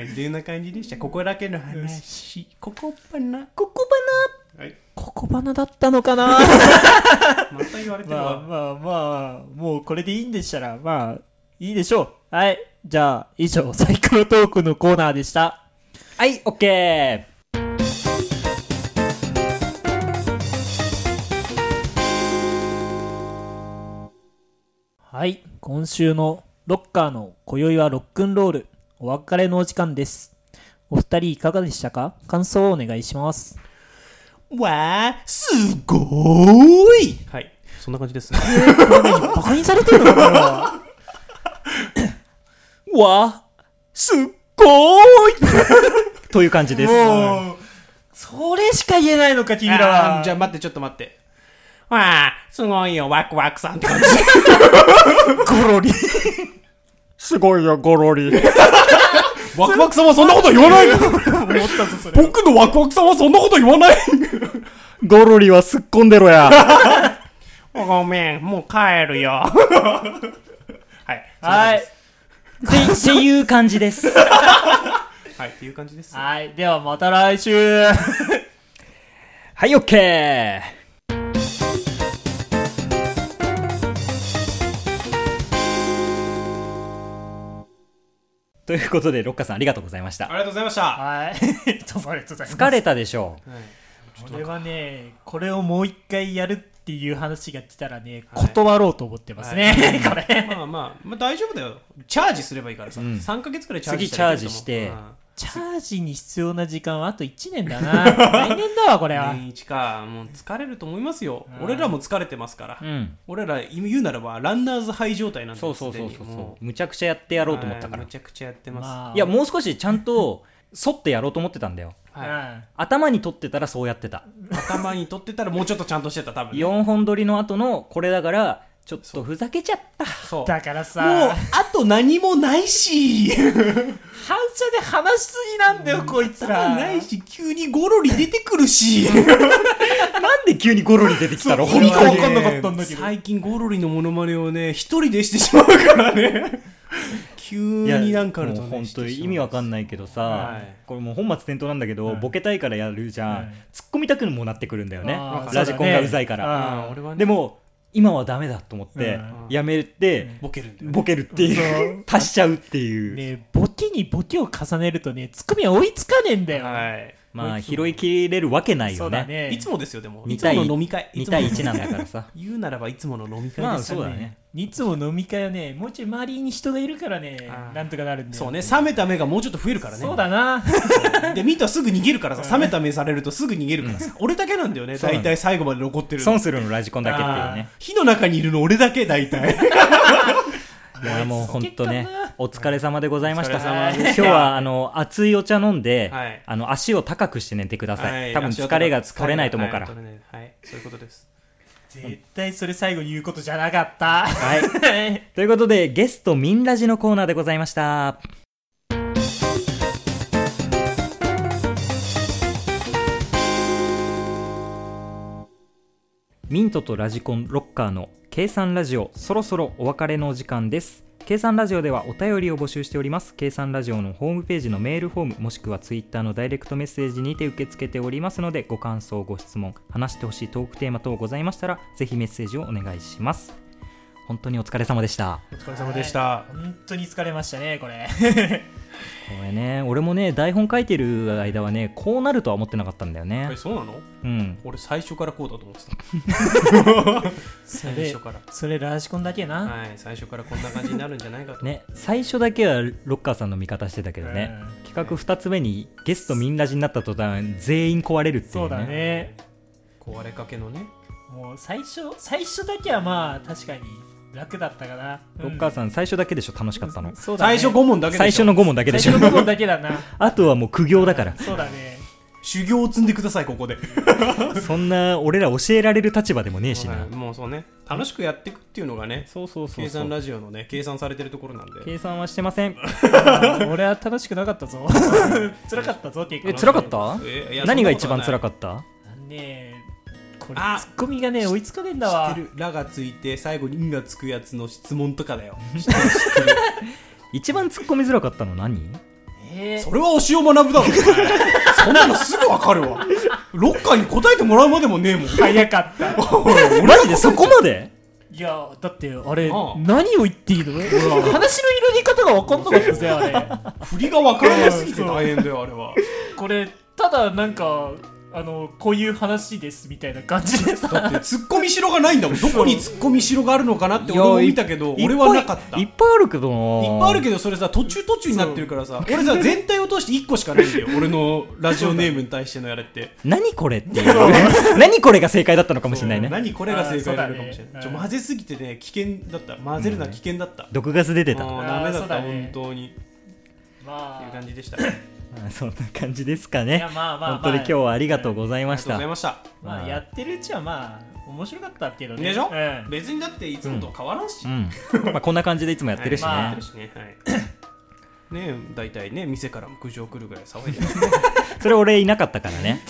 Speaker 2: い、というような感じでした。ここだけの話。ここばな。
Speaker 3: ここばな。
Speaker 2: はい。
Speaker 3: ここばなだったのかな
Speaker 2: また言われてる
Speaker 3: まあ
Speaker 2: わ。
Speaker 3: まあまあ、もうこれでいいんでしたら、まあ、いいでしょう。はい。じゃあ、以上、サイコロトークのコーナーでした。
Speaker 1: はい、オッケ
Speaker 3: はい。今週のロッカーの今宵はロックンロール、お別れのお時間です。お二人いかがでしたか感想をお願いします。
Speaker 2: わー、すごーいはい。そんな感じです。
Speaker 3: バカにされてるのかな
Speaker 1: ー。わ、すっごーい という感じです。
Speaker 3: それしか言えないのか、君ら
Speaker 2: あ
Speaker 3: は。
Speaker 2: ーじゃあ待って、ちょっと待って。わあ、すごいよ、ワク ワクさんって感じ。
Speaker 3: ゴロリ。
Speaker 4: すごいよ、ゴロリ。
Speaker 2: ワクワクさんはそんなこと言わない
Speaker 3: 思ったぞ、それ。
Speaker 2: 僕のワクワクさんはそんなこと言わない
Speaker 4: ゴロリはすっこんでろや。
Speaker 2: ごめん、もう帰る よ。はい。
Speaker 3: はい。
Speaker 1: ってっていう感じです。
Speaker 2: はい、っていう感じです。
Speaker 3: はい。では、また来週。
Speaker 1: はい、オッケーということで、ロッカさんありがとうございまし
Speaker 2: あ
Speaker 1: た。
Speaker 2: りがとうございました。
Speaker 3: はい どうもありがとうございます
Speaker 1: 疲れたでしょう。
Speaker 3: これはねこれをもう一回やるっていう話が来たらね、
Speaker 2: はい
Speaker 3: 断ろうと思ってますね、 これ
Speaker 2: まあまあ、まあ、大丈夫だよ。チャージすればいいからさ。
Speaker 1: うん
Speaker 2: 3ヶ月くらいチャージ
Speaker 1: 次
Speaker 2: したらいいと
Speaker 1: チャ
Speaker 2: 思う
Speaker 1: ージして
Speaker 2: うん
Speaker 3: チャージに必要な時間はあと1年だ な来年だわこれは
Speaker 2: 年一か。もう疲れると思いますよ。俺らも疲れてますから
Speaker 1: う。ん。
Speaker 2: 俺ら、今言うならば、ランナーズハイ状態なんです
Speaker 1: そうそうそうそう
Speaker 2: すでにも
Speaker 1: そう。むちゃくちゃやってやろうと思ったか
Speaker 2: はい
Speaker 1: ら
Speaker 2: む。ちゃくちゃやってます。
Speaker 3: あ
Speaker 1: いや、もう少しちゃんと、沿ってやろうと思ってたんだよ。
Speaker 2: はい
Speaker 1: 頭に取ってたらそうやってた。
Speaker 2: 頭に取ってたらもうちょっとちゃんとしてた、多分。
Speaker 1: 4本撮りの後のこれだから、ちょっとふざけちゃった。
Speaker 2: そう。
Speaker 3: う
Speaker 2: もう、
Speaker 3: ん、だからさ
Speaker 2: あと何もない し。
Speaker 3: 反射で話しすぎなんだよ、こいつら。
Speaker 2: ないし、急にゴロリ出てくるし。
Speaker 1: なんで急にゴロリ出てきたの
Speaker 3: そう意味がわかんなかったんだけど
Speaker 2: 最近ゴロリのモノマネをね、一人でしてしまうからね。急になんかあると
Speaker 1: もう
Speaker 2: ね。
Speaker 1: 本当に意味わかん
Speaker 2: ない。
Speaker 1: ないけどさ、
Speaker 2: はい
Speaker 1: これもう本末転倒なんだけど、
Speaker 3: うん
Speaker 1: ボケたいからやるじゃん、
Speaker 3: はい
Speaker 1: 突っ込みたくもなってくるんだよね
Speaker 3: あ
Speaker 2: ー
Speaker 1: ラジコンがうざいか
Speaker 3: そうだ
Speaker 1: ら、
Speaker 3: ね
Speaker 2: ああ、俺はね。
Speaker 1: で、も今はダメだと思って、
Speaker 2: うん
Speaker 1: やめて、
Speaker 2: ボケるんだよね。
Speaker 1: ボケるっていう、足しちゃうっていう、
Speaker 3: ねボケにボケを重ねるとね、ツッコミは追いつかねえんだよ。
Speaker 2: は
Speaker 1: まあ拾いきれるわけない
Speaker 3: そ
Speaker 1: よ
Speaker 3: うだ
Speaker 1: ね
Speaker 3: ね。
Speaker 2: い。いつもですよ、でも。い
Speaker 1: 二
Speaker 2: つも
Speaker 1: 対一
Speaker 2: の飲み会。
Speaker 1: 2対1なんんだから さ
Speaker 2: 言うならばいつもの飲み
Speaker 1: ま
Speaker 2: 会
Speaker 1: あ
Speaker 2: です
Speaker 1: そうだね
Speaker 3: いつも飲み会はね、もうちょい周りに人がいるからね
Speaker 2: あ、ー
Speaker 3: なんとかなるんだよ。
Speaker 2: そうね、冷めた目がもうちょっと増えるからね。
Speaker 3: そうだな。
Speaker 2: で、ミントはすぐ逃げるからさ、冷めた目されるとすぐ逃げるからさ。俺だけなんだよね、
Speaker 1: そうな
Speaker 2: 大
Speaker 1: の
Speaker 2: 体最後まで残ってるの
Speaker 1: 損。するのラジコンだけっていうね
Speaker 2: あー火の中にいるの俺だけ、大体。
Speaker 1: いやもう本当ね
Speaker 3: 結果な
Speaker 1: お疲れ様でございました
Speaker 2: お疲れ
Speaker 1: 今
Speaker 2: 様
Speaker 1: 日はあの熱いお茶飲んで、
Speaker 2: はい
Speaker 1: あの足を高くして寝てください、
Speaker 2: はい
Speaker 1: 多分疲れが取れないと思うから、
Speaker 2: はい取れないはいそういうことです。
Speaker 3: 絶対それ最後に言うことじゃなかった。
Speaker 1: はい。ということで、ゲストミンラジのコーナーでございました。ミントとラジコンロッカーの計算ラジオ、そろそろお別れのお時間です。計算ラジオではお便りを募集しております。計算ラジオのホームページのメールフォーム、もしくはツイッターのダイレクトメッセージにて受け付けておりますので、ご感想、ご質問、話してほしいトークテーマ等ございましたら、ぜひメッセージをお願いします。本当にお疲れ様でした。
Speaker 2: お疲れ様でした。
Speaker 3: 本当に疲れましたね、これ。
Speaker 1: これね、俺もね、台本書いてる間はね、こうなるとは思ってなかったんだよね
Speaker 2: え、。そうなの
Speaker 1: うん。
Speaker 2: 俺最初からこうだと思ってた。
Speaker 3: そ
Speaker 2: 最
Speaker 3: れ
Speaker 2: 初、から。
Speaker 3: それラジコンだけな。
Speaker 2: はい、最初からこんな感じになるんじゃないかと。
Speaker 1: ね、最初だけはロッカーさんの味方してたけどね、企画2つ目にゲストみんなじになった途端、全員壊れるっていうね。
Speaker 3: そうだね。
Speaker 2: 壊れかけのね。
Speaker 3: もう最初、最初だけはまあ、確かに楽だったかな。
Speaker 1: ロッカー
Speaker 3: さ
Speaker 1: さん、最初だけでしょ、楽しかったの。
Speaker 3: そうだね
Speaker 2: 最初5問だけでしょ
Speaker 1: 最初の5問だけでし
Speaker 3: 最
Speaker 1: ょ
Speaker 3: 初。の部分だけだな。
Speaker 1: あとはもう苦行だから。
Speaker 3: そうだ ね。
Speaker 2: 修行を積んでください、ここで。
Speaker 1: そんな、俺ら教えられる立場でもねえし
Speaker 2: は。
Speaker 1: ない
Speaker 2: もうそうね。楽しくやっていくっていうのがね、
Speaker 1: そうそうそう
Speaker 2: 計
Speaker 1: そう
Speaker 2: 算。ラジオのね、計算されてるところなんで。
Speaker 1: 計算はしてません。
Speaker 3: 俺は楽しくなかったぞ 辛かったぞ結構
Speaker 1: え、辛かった
Speaker 2: えいや
Speaker 1: 何が一番辛
Speaker 2: っ
Speaker 1: かった
Speaker 3: ねえこれツ
Speaker 2: あ
Speaker 3: ッコミがね追いつかねえんだ
Speaker 2: 知っ
Speaker 3: わ
Speaker 2: てる。らがついて、最後にんがつくやつの質問とかだよ。
Speaker 1: 一番突っ込みづらかったの何
Speaker 3: えー
Speaker 2: それは推しを学ぶだろ、お前そんなのすぐわかるわ。ロッカーに答えてもらうまでもねえもん。
Speaker 3: 早かった
Speaker 1: マジでそこまで
Speaker 3: いやだってあれ
Speaker 2: ああ
Speaker 3: 何を言っていいの話の色 の言い方が分かんなかったぜあ
Speaker 2: 振りがわからなすぎて大変だよ、あれは。
Speaker 3: れこれただなんかあのこういう話ですみたいな感じ でさ
Speaker 2: だって、突っ込みしろがないんだもん。どこに突っ込みしろがあるのかなって俺も見たけど、俺はなかった。
Speaker 1: い
Speaker 2: い
Speaker 1: っ
Speaker 2: っ
Speaker 1: ぱいあるけどない
Speaker 2: ぱいある
Speaker 1: ど
Speaker 2: けど、それさ、途中途中になってるからさ、俺さ、全体を通して1個しかないんだよ。俺のラジオネームに対してのやれって。
Speaker 1: 何これっていう 何これが正解だったのかもしれないね
Speaker 2: 何これが正解なのかもしれ
Speaker 3: あ
Speaker 2: ない。
Speaker 3: ー
Speaker 2: ち
Speaker 3: そうだね
Speaker 2: ょ、混ぜすぎてね、危険だった。混ぜるな危険だった。
Speaker 1: 毒ガス出てた
Speaker 2: もう
Speaker 3: あー
Speaker 2: ダメだ
Speaker 3: そ
Speaker 2: っ
Speaker 3: う
Speaker 2: た、
Speaker 3: だね
Speaker 2: 本当に。っていう
Speaker 3: まあ
Speaker 2: 感じでした。
Speaker 1: あそんな感じですか
Speaker 3: いや
Speaker 1: ね
Speaker 3: まあまあまあ
Speaker 1: 本当に今日はありがとうござい
Speaker 2: あ
Speaker 1: ま
Speaker 2: りが
Speaker 1: し
Speaker 2: と
Speaker 1: た
Speaker 2: うございました。
Speaker 3: まあやってるうちはまあ面白かったけどね
Speaker 2: でしょ
Speaker 3: うん
Speaker 2: 別にだっていつもと変わらんし、
Speaker 1: う
Speaker 2: や
Speaker 1: んまあこんな感じでいつもやってるし
Speaker 3: まあ
Speaker 1: ね
Speaker 2: ってるしね、はい、ね大体ね店からも苦情来るぐらい騒いでる
Speaker 1: それ俺いなかったからね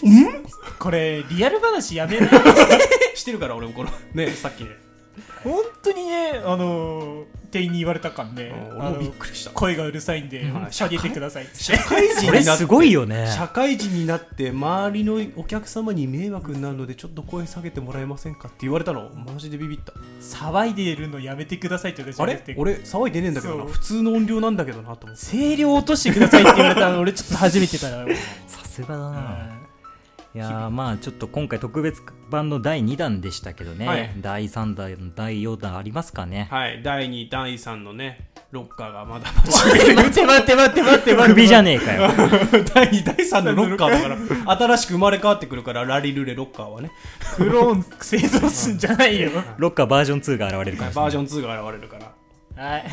Speaker 3: これリアル話や めない
Speaker 2: してるから俺もこのねさっきね
Speaker 3: 本当にね、あのー
Speaker 5: 店員に言われたかんで、
Speaker 2: う
Speaker 5: あ
Speaker 2: ん俺も
Speaker 5: の
Speaker 2: びっくりした
Speaker 5: 声がうるさいんで、
Speaker 2: うん
Speaker 5: 下げてくだ さいっつっ
Speaker 2: 社
Speaker 5: て。
Speaker 2: 会人
Speaker 1: そ
Speaker 2: にな
Speaker 1: れ
Speaker 2: って
Speaker 1: すごいよね
Speaker 2: 社会人になって周りのお客様に迷惑になるのでちょっと声下げてもらえませんかって言われたのマジでビビった
Speaker 5: 騒いでるのやめてくださいって言われたじゃ
Speaker 2: あ
Speaker 5: な
Speaker 2: れ
Speaker 5: くて、
Speaker 2: 俺騒いでねえんだけどな
Speaker 5: そう
Speaker 2: 普通の音量なんだけどなと思って
Speaker 3: 声量落としてくださいって言われたの俺ちょっと初めてだよ
Speaker 1: さすがだな、いやーまあちょっと今回特別版の第2弾でしたけどね、
Speaker 2: はい
Speaker 1: 第3弾第4弾ありますかね
Speaker 2: はい第2第3のねロッカーがまだ 待ち
Speaker 3: 待って待って待って待って待って
Speaker 1: 首じゃねえかよ
Speaker 2: 第2第3のロッカーだから新しく生まれ変わってくるからラリルレロッカーはね
Speaker 5: クローン製造すんじゃないよ。
Speaker 1: ロッカーバージョン2が現れるかもしれ
Speaker 2: バ
Speaker 1: な
Speaker 2: ー
Speaker 1: い
Speaker 2: ジョン2が現れるから
Speaker 3: はい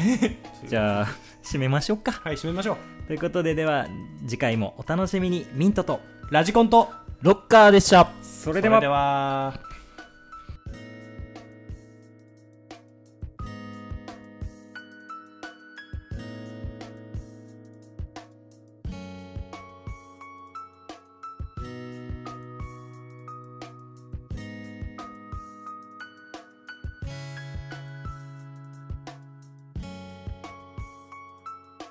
Speaker 1: じゃあ締めましょうか
Speaker 2: はい閉めましょう
Speaker 1: ということででは次回もお楽しみにミントと
Speaker 2: ラジコンと
Speaker 3: ロッカーでした
Speaker 1: そ
Speaker 2: そ
Speaker 1: れ
Speaker 2: れ
Speaker 1: で
Speaker 2: で
Speaker 1: は
Speaker 2: は